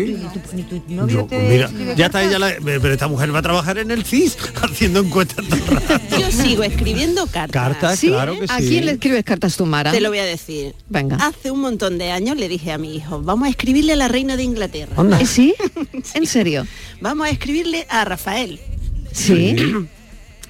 Speaker 7: ni tu
Speaker 5: Yo, pues
Speaker 7: novio te
Speaker 5: mira,
Speaker 7: escribe
Speaker 5: ya está
Speaker 7: cartas.
Speaker 5: ella, la- pero esta mujer va a trabajar en el CIS haciendo encuestas todo el rato.
Speaker 6: yo sigo escribiendo cartas
Speaker 5: Cartas,
Speaker 6: Sí,
Speaker 5: claro que sí.
Speaker 4: ¿A quién le escribes cartas tú, Mara?
Speaker 6: te lo voy a decir
Speaker 4: Venga.
Speaker 6: hace un montón de años le dije a mi hijo vamos a escribirle a la reina de Inglaterra
Speaker 4: ¿Eh, ¿Sí? ¿En serio?
Speaker 6: vamos a escribirle a Rafael
Speaker 4: Sí.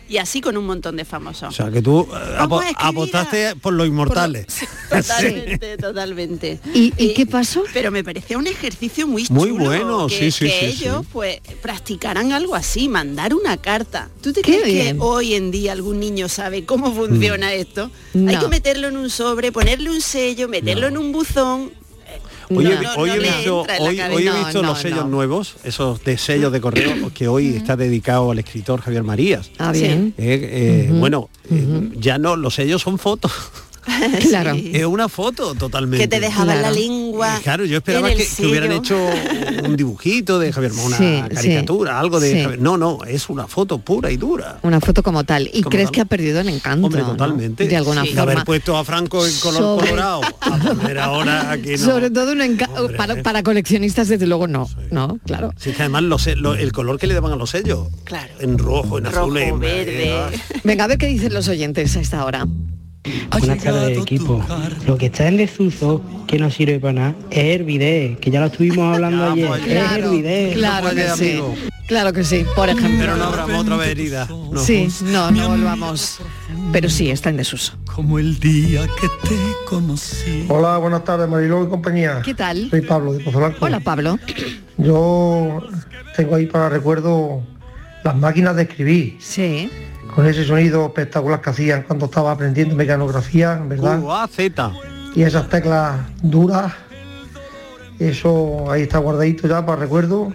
Speaker 6: y así con un montón de famosos
Speaker 5: O sea, que tú eh,
Speaker 6: Vamos
Speaker 5: apo-
Speaker 6: a escribir a-
Speaker 5: apostaste por los inmortales.
Speaker 6: Totalmente, totalmente. Eh,
Speaker 4: ¿Y, qué pasó?
Speaker 6: Pero me parecía un ejercicio muy
Speaker 5: Muy
Speaker 6: chulo,
Speaker 5: bueno,
Speaker 6: que,
Speaker 5: sí, sí,
Speaker 6: que
Speaker 5: sí,
Speaker 6: ellos
Speaker 5: sí.
Speaker 6: pues practicaran algo así, mandar una carta. ¿Tú te
Speaker 4: Qué
Speaker 6: crees
Speaker 4: bien.
Speaker 6: que hoy en día algún niño sabe cómo
Speaker 5: Mm.
Speaker 6: funciona esto? Hay
Speaker 4: No.
Speaker 6: que meterlo en un sobre, ponerle un sello, meterlo en un buzón. Eh,
Speaker 5: Hoy, he-
Speaker 6: No, no,
Speaker 5: hoy he
Speaker 6: no le
Speaker 5: visto,
Speaker 6: entra en la
Speaker 5: hoy,
Speaker 6: cabeza.
Speaker 5: hoy he
Speaker 6: No,
Speaker 5: visto
Speaker 6: no,
Speaker 5: los sellos
Speaker 6: no.
Speaker 5: nuevos, esos de sellos de correo que hoy está dedicado al escritor Javier Marías.
Speaker 4: Ah, bien.
Speaker 5: Eh, eh, Bueno, eh, ya no, los sellos son fotos.
Speaker 4: Claro.
Speaker 5: Es una foto totalmente.
Speaker 6: Que te dejaban la lengua.
Speaker 5: Y Claro, yo esperaba
Speaker 6: en
Speaker 5: que,
Speaker 6: el
Speaker 5: que hubieran
Speaker 6: sello.
Speaker 5: hecho un dibujito de Javier Mo- una
Speaker 4: Sí, sí,
Speaker 5: caricatura, algo de
Speaker 4: sí.
Speaker 5: Javier- No, no, es una foto pura y dura.
Speaker 4: Una foto como tal. Y
Speaker 5: Como
Speaker 4: crees
Speaker 5: tal.
Speaker 4: que ha perdido el encanto.
Speaker 5: Hombre,
Speaker 4: ¿no?
Speaker 5: totalmente.
Speaker 4: De alguna
Speaker 5: De
Speaker 4: forma.
Speaker 5: haber puesto a pues, Franco en color
Speaker 4: Sobre-
Speaker 5: colorado. A poner ahora que no.
Speaker 4: Sobre todo un enca- para, para coleccionistas, desde luego no. No, claro.
Speaker 5: Sí, que además los se- lo- el color que le daban a los sellos.
Speaker 6: Claro.
Speaker 5: En rojo, en azul, en
Speaker 6: verde.
Speaker 4: Venga, a ver qué dicen los oyentes a esta hora.
Speaker 21: Buenas tardes, equipo. Lo que está en desuso, que no sirve para nada, es el bidet, que ya lo estuvimos hablando ayer. Es el
Speaker 4: Claro,
Speaker 21: bidet.
Speaker 4: claro que sí. Claro que sí, por ejemplo.
Speaker 5: Pero no abramos otra vez herida. No.
Speaker 4: Sí, no, no volvamos. Pero sí, está en desuso.
Speaker 32: Como el día que te conocí. Hola, buenas tardes, Mariló y compañía.
Speaker 4: ¿Qué tal?
Speaker 32: Soy Pablo de Pozo Blanco.
Speaker 4: Hola, Pablo.
Speaker 32: Yo tengo ahí para recuerdo las máquinas de escribir.
Speaker 4: Sí.
Speaker 32: Con ese sonido espectacular que hacían cuando estaba aprendiendo mecanografía, ¿verdad?
Speaker 4: Uh,
Speaker 5: Z.
Speaker 32: Y esas teclas duras. Eso ahí está guardadito ya para recuerdo.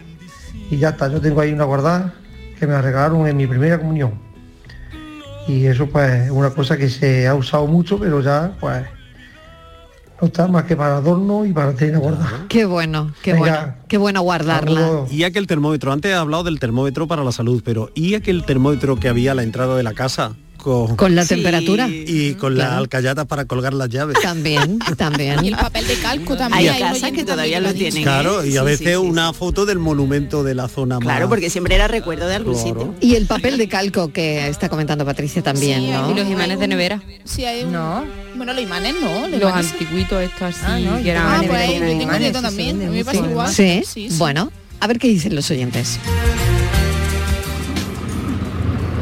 Speaker 32: Y ya está, yo tengo ahí una guardada que me la regalaron en mi primera comunión. Y eso pues es una cosa que se ha usado mucho, pero ya pues no está más que para adorno y para tener guardada.
Speaker 4: Qué bueno, qué
Speaker 32: Venga.
Speaker 4: bueno. Qué bueno guardarla.
Speaker 5: Y aquel termómetro, antes he hablado del termómetro para la salud, pero ¿y aquel termómetro que había a la entrada de la casa? Con,
Speaker 4: Con la Sí. temperatura.
Speaker 5: Y con las
Speaker 4: Claro.
Speaker 5: alcayatas para colgar las llaves.
Speaker 4: También, también.
Speaker 9: Y el papel de calco
Speaker 6: Hay
Speaker 9: también. un
Speaker 6: casas
Speaker 9: oyente
Speaker 6: que todavía
Speaker 9: también
Speaker 6: lo
Speaker 9: dice.
Speaker 6: tienen.
Speaker 5: Claro,
Speaker 6: ¿eh?
Speaker 5: y
Speaker 6: Sí,
Speaker 5: a
Speaker 6: sí,
Speaker 5: veces
Speaker 6: sí.
Speaker 5: una foto del monumento de la zona
Speaker 6: Claro,
Speaker 5: más...
Speaker 6: porque siempre era recuerdo de algún
Speaker 5: Claro.
Speaker 6: sitio.
Speaker 4: Y el papel de calco que está comentando Patricia también,
Speaker 6: Sí,
Speaker 4: ¿no?
Speaker 6: y los
Speaker 33: imanes de nevera.
Speaker 9: Sí, hay un... Bueno, los imanes no.
Speaker 33: Los
Speaker 9: antiguitos
Speaker 33: estos así,
Speaker 9: Ah, no,
Speaker 33: que eran-
Speaker 9: Ah,
Speaker 33: de
Speaker 9: pues
Speaker 33: nevera
Speaker 9: yo
Speaker 33: con
Speaker 9: tengo
Speaker 33: imanes,
Speaker 9: nieto
Speaker 33: sí,
Speaker 9: también.
Speaker 33: sí,
Speaker 9: A mí me pasa
Speaker 4: Sí.
Speaker 9: igual.
Speaker 4: Sí.
Speaker 9: sí.
Speaker 4: Bueno, a ver qué dicen los oyentes.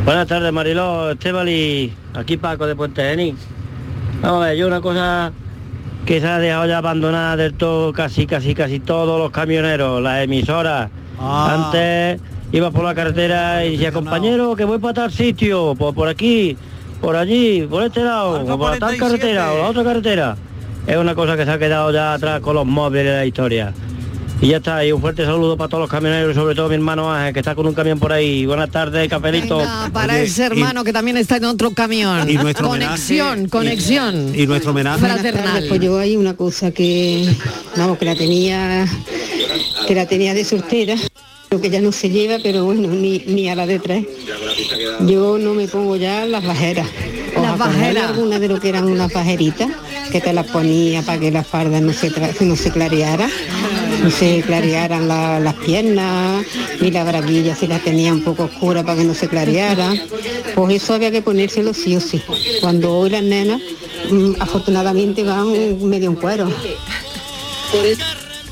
Speaker 30: Buenas tardes, Mariló, Esteban y aquí Paco de Puente Eni. Vamos a ver, yo una cosa que se ha dejado ya abandonada del todo, casi, casi, casi todos los camioneros, las emisoras. Antes ibas por la carretera y decía, compañero, que voy para tal sitio, por, por aquí, por allí, por este lado, o por tal carretera o la otra carretera. Es una cosa que se ha quedado ya atrás con los móviles de la historia. Y ya está, y un fuerte saludo para todos los camioneros, sobre todo mi hermano Ángel, que está con un camión por ahí. Buenas tardes, capelito.
Speaker 4: Para ese hermano que también está en otro camión.
Speaker 30: y nuestro
Speaker 4: conexión,
Speaker 30: homenaje-
Speaker 4: conexión.
Speaker 5: Y nuestro homenaje...
Speaker 4: Buenas tardes, Fraternal.
Speaker 7: Pues yo hay una cosa que, vamos, que la tenía, que la tenía de soltera, lo que ya no se lleva, pero bueno, ni, ni a la de tres. Yo no me pongo ya las bajeras. Las bajeras. Algunas de lo que eran unas bajeritas, que te las ponía para que las fardas no se, tra- no se clareara, no se clarearan la- las piernas, ni la braguilla si la tenía un poco oscura para que no se clareara. Pues eso había que ponérselo sí o sí. Cuando hoy las nenas, mm, afortunadamente, van eh, medio en cuero.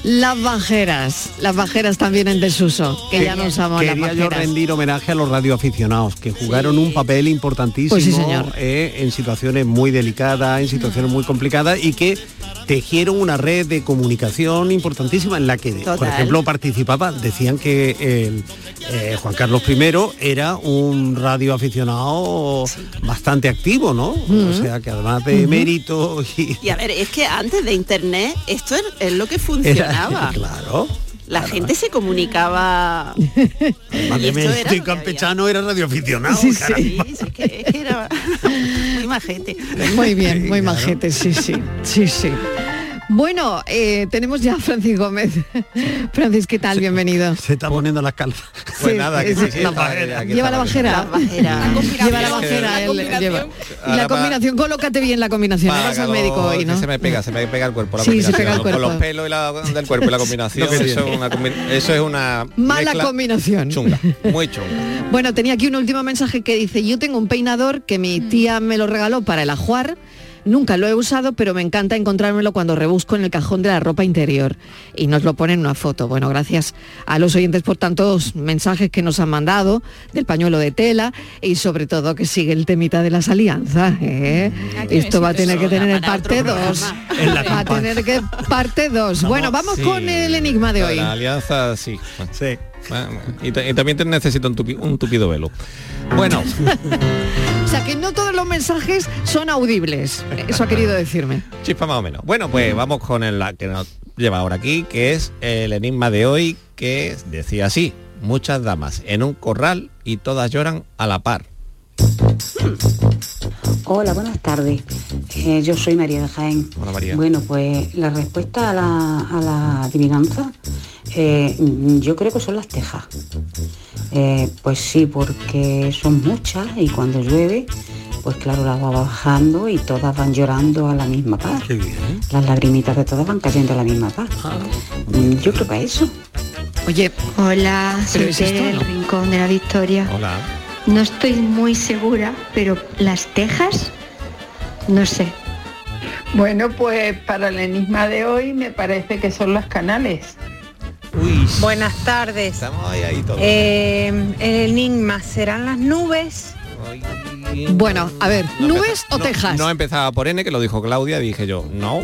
Speaker 4: Las bajeras, las bajeras también en desuso, que ya no usamos las
Speaker 5: Quería yo
Speaker 4: bajeras.
Speaker 5: rendir homenaje a los radioaficionados que jugaron un papel importantísimo
Speaker 4: Pues sí, señor.
Speaker 5: eh, en situaciones muy delicadas, en situaciones muy complicadas y que tejieron una red de comunicación importantísima en la que, por
Speaker 16: Total.
Speaker 5: ejemplo, participaba, decían que el, eh, Juan Carlos I era un radioaficionado bastante activo, ¿no?
Speaker 4: Mm.
Speaker 5: O sea, que además de
Speaker 6: Ujú.
Speaker 5: mérito y...
Speaker 6: Y a ver, es que antes de internet esto es, es lo que funcionaba.
Speaker 5: Era- claro.
Speaker 6: La gente se comunicaba.
Speaker 5: Madre mía,
Speaker 6: era
Speaker 5: este campechano era radioaficionado. caramba.
Speaker 6: Es que, es que era muy majete.
Speaker 4: Muy bien, muy majete, sí, sí, sí, sí. Bueno, eh, tenemos ya a Francis Gómez. Francis, ¿qué tal? Bienvenido.
Speaker 5: Se está poniendo las calzas. Pues
Speaker 4: Sí,
Speaker 5: nada, que
Speaker 4: sí,
Speaker 5: sí,
Speaker 4: sí.
Speaker 5: la bajera, que
Speaker 4: Lleva la
Speaker 5: está bien.
Speaker 4: bajera. Lleva la bajera. él lleva. Y la
Speaker 23: Ahora va-
Speaker 4: combinación, colócate bien la combinación. No vas al
Speaker 23: Págalo,
Speaker 4: médico hoy, ¿no?
Speaker 23: que se me pega, se me pega el cuerpo la
Speaker 4: Sí, se
Speaker 23: combinación.
Speaker 4: pega el
Speaker 23: Con los
Speaker 4: cuerpo.
Speaker 23: pelos y la, del cuerpo y la combinación.
Speaker 4: Lo que
Speaker 23: eso,
Speaker 4: tiene.
Speaker 23: es una, combi- eso es una
Speaker 4: Mala
Speaker 23: mezcla
Speaker 4: combinación.
Speaker 23: Chunga, muy chunga.
Speaker 4: Bueno, tenía aquí un último mensaje que dice, yo tengo un peinador que mi tía me lo regaló para el ajuar. Nunca lo he usado, pero me encanta encontrármelo cuando rebusco en el cajón de la ropa interior y nos lo ponen en una foto. Bueno, gracias a los oyentes por tantos mensajes que nos han mandado del pañuelo de tela y sobre todo que sigue el temita de las alianzas. ¿eh? Esto va a tener que tener el parte 2. Va a tener que parte 2. Bueno, vamos
Speaker 23: Sí.
Speaker 4: con el enigma de
Speaker 23: Lo
Speaker 4: hoy.
Speaker 23: La alianza, sí. Sí. Y, ta- y también te necesito un, tupi- un tupido velo. Bueno,
Speaker 4: O sea que no todos los mensajes son audibles. Eso ha querido decirme.
Speaker 23: chispa más o menos. Bueno, pues vamos con el la que nos lleva ahora aquí, que es el enigma de hoy, que decía así. Muchas damas en un corral y todas lloran a la par.
Speaker 3: Hola, buenas tardes. Eh, yo soy María de Jaén.
Speaker 23: Hola, María.
Speaker 3: Bueno, pues la respuesta a la, a la adivinanza, eh, yo creo que son las tejas. Eh, pues sí, porque son muchas y cuando llueve, pues claro, las va bajando y todas van llorando a la misma paz. Las lagrimitas de todas van cayendo a la misma paz.
Speaker 23: Ah.
Speaker 3: Mm, Yo creo que eso.
Speaker 4: Oye,
Speaker 25: Hola, soy
Speaker 3: Pero es esto,
Speaker 25: Tere del
Speaker 3: ¿no?
Speaker 25: Rincón de la Victoria.
Speaker 23: Hola.
Speaker 25: No estoy muy segura, pero las tejas, no sé.
Speaker 16: Bueno, pues para el enigma de hoy me parece que son los canales.
Speaker 22: Buenas tardes. Eh, el enigma serán las nubes.
Speaker 4: Bueno, a ver, ¿nubes o
Speaker 23: No,
Speaker 4: tejas?
Speaker 23: No empezaba por N, que lo dijo Claudia, dije yo, no.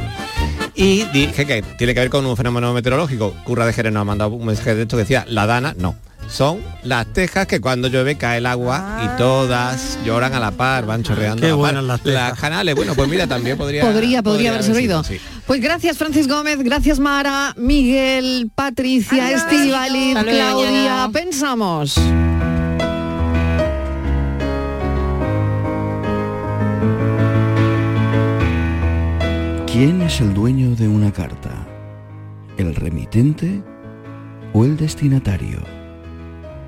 Speaker 23: Y dije que tiene que ver con un fenómeno meteorológico. Curra de Jerez nos ha mandado un mensaje de esto que decía, la dana, no. Son las tejas que cuando llueve cae el agua
Speaker 4: Ah.
Speaker 23: y todas lloran a la par, van chorreando.
Speaker 5: Qué
Speaker 23: a la par.
Speaker 5: buenas las tejas.
Speaker 23: canales, bueno, pues mira, también podría...
Speaker 4: Podría, podría, haber servido.
Speaker 23: sido, sí.
Speaker 4: Pues gracias Francis Gómez, gracias Mara, Miguel, Patricia,
Speaker 8: Adiós.
Speaker 4: Estivali,
Speaker 8: Hasta luego,
Speaker 4: Claudia.
Speaker 8: mañana.
Speaker 4: Pensamos.
Speaker 34: ¿Quién es el dueño de una carta? ¿El remitente o el destinatario?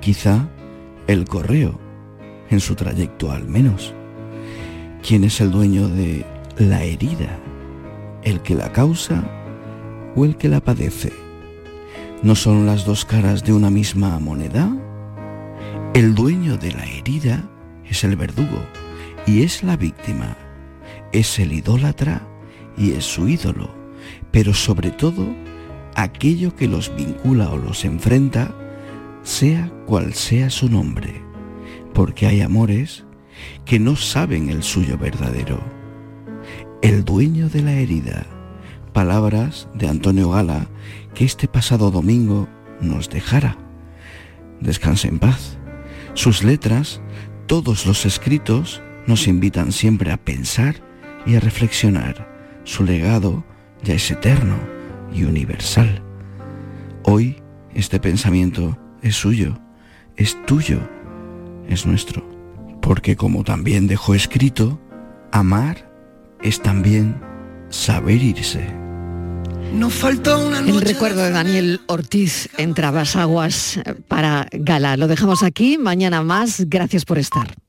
Speaker 34: Quizá el correo, en su trayecto al menos. ¿Quién es el dueño de la herida? ¿El que la causa o el que la padece? ¿No son las dos caras de una misma moneda? El dueño de la herida es el verdugo y es la víctima. Es el idólatra y es su ídolo, pero sobre todo aquello que los vincula o los enfrenta, sea cual sea su nombre, porque hay amores que no saben el suyo verdadero. El dueño de la herida, palabras de Antonio Gala que este pasado domingo nos dejara. Descanse en paz. Sus letras, todos los escritos, nos invitan siempre a pensar y a reflexionar su legado ya es eterno y universal. Hoy este pensamiento es suyo, es tuyo, es nuestro. Porque como también dejó escrito, amar es también saber irse.
Speaker 4: El recuerdo de Daniel Ortiz en Trabasaguas eh, para Gala. Lo dejamos aquí, mañana más. Gracias por estar.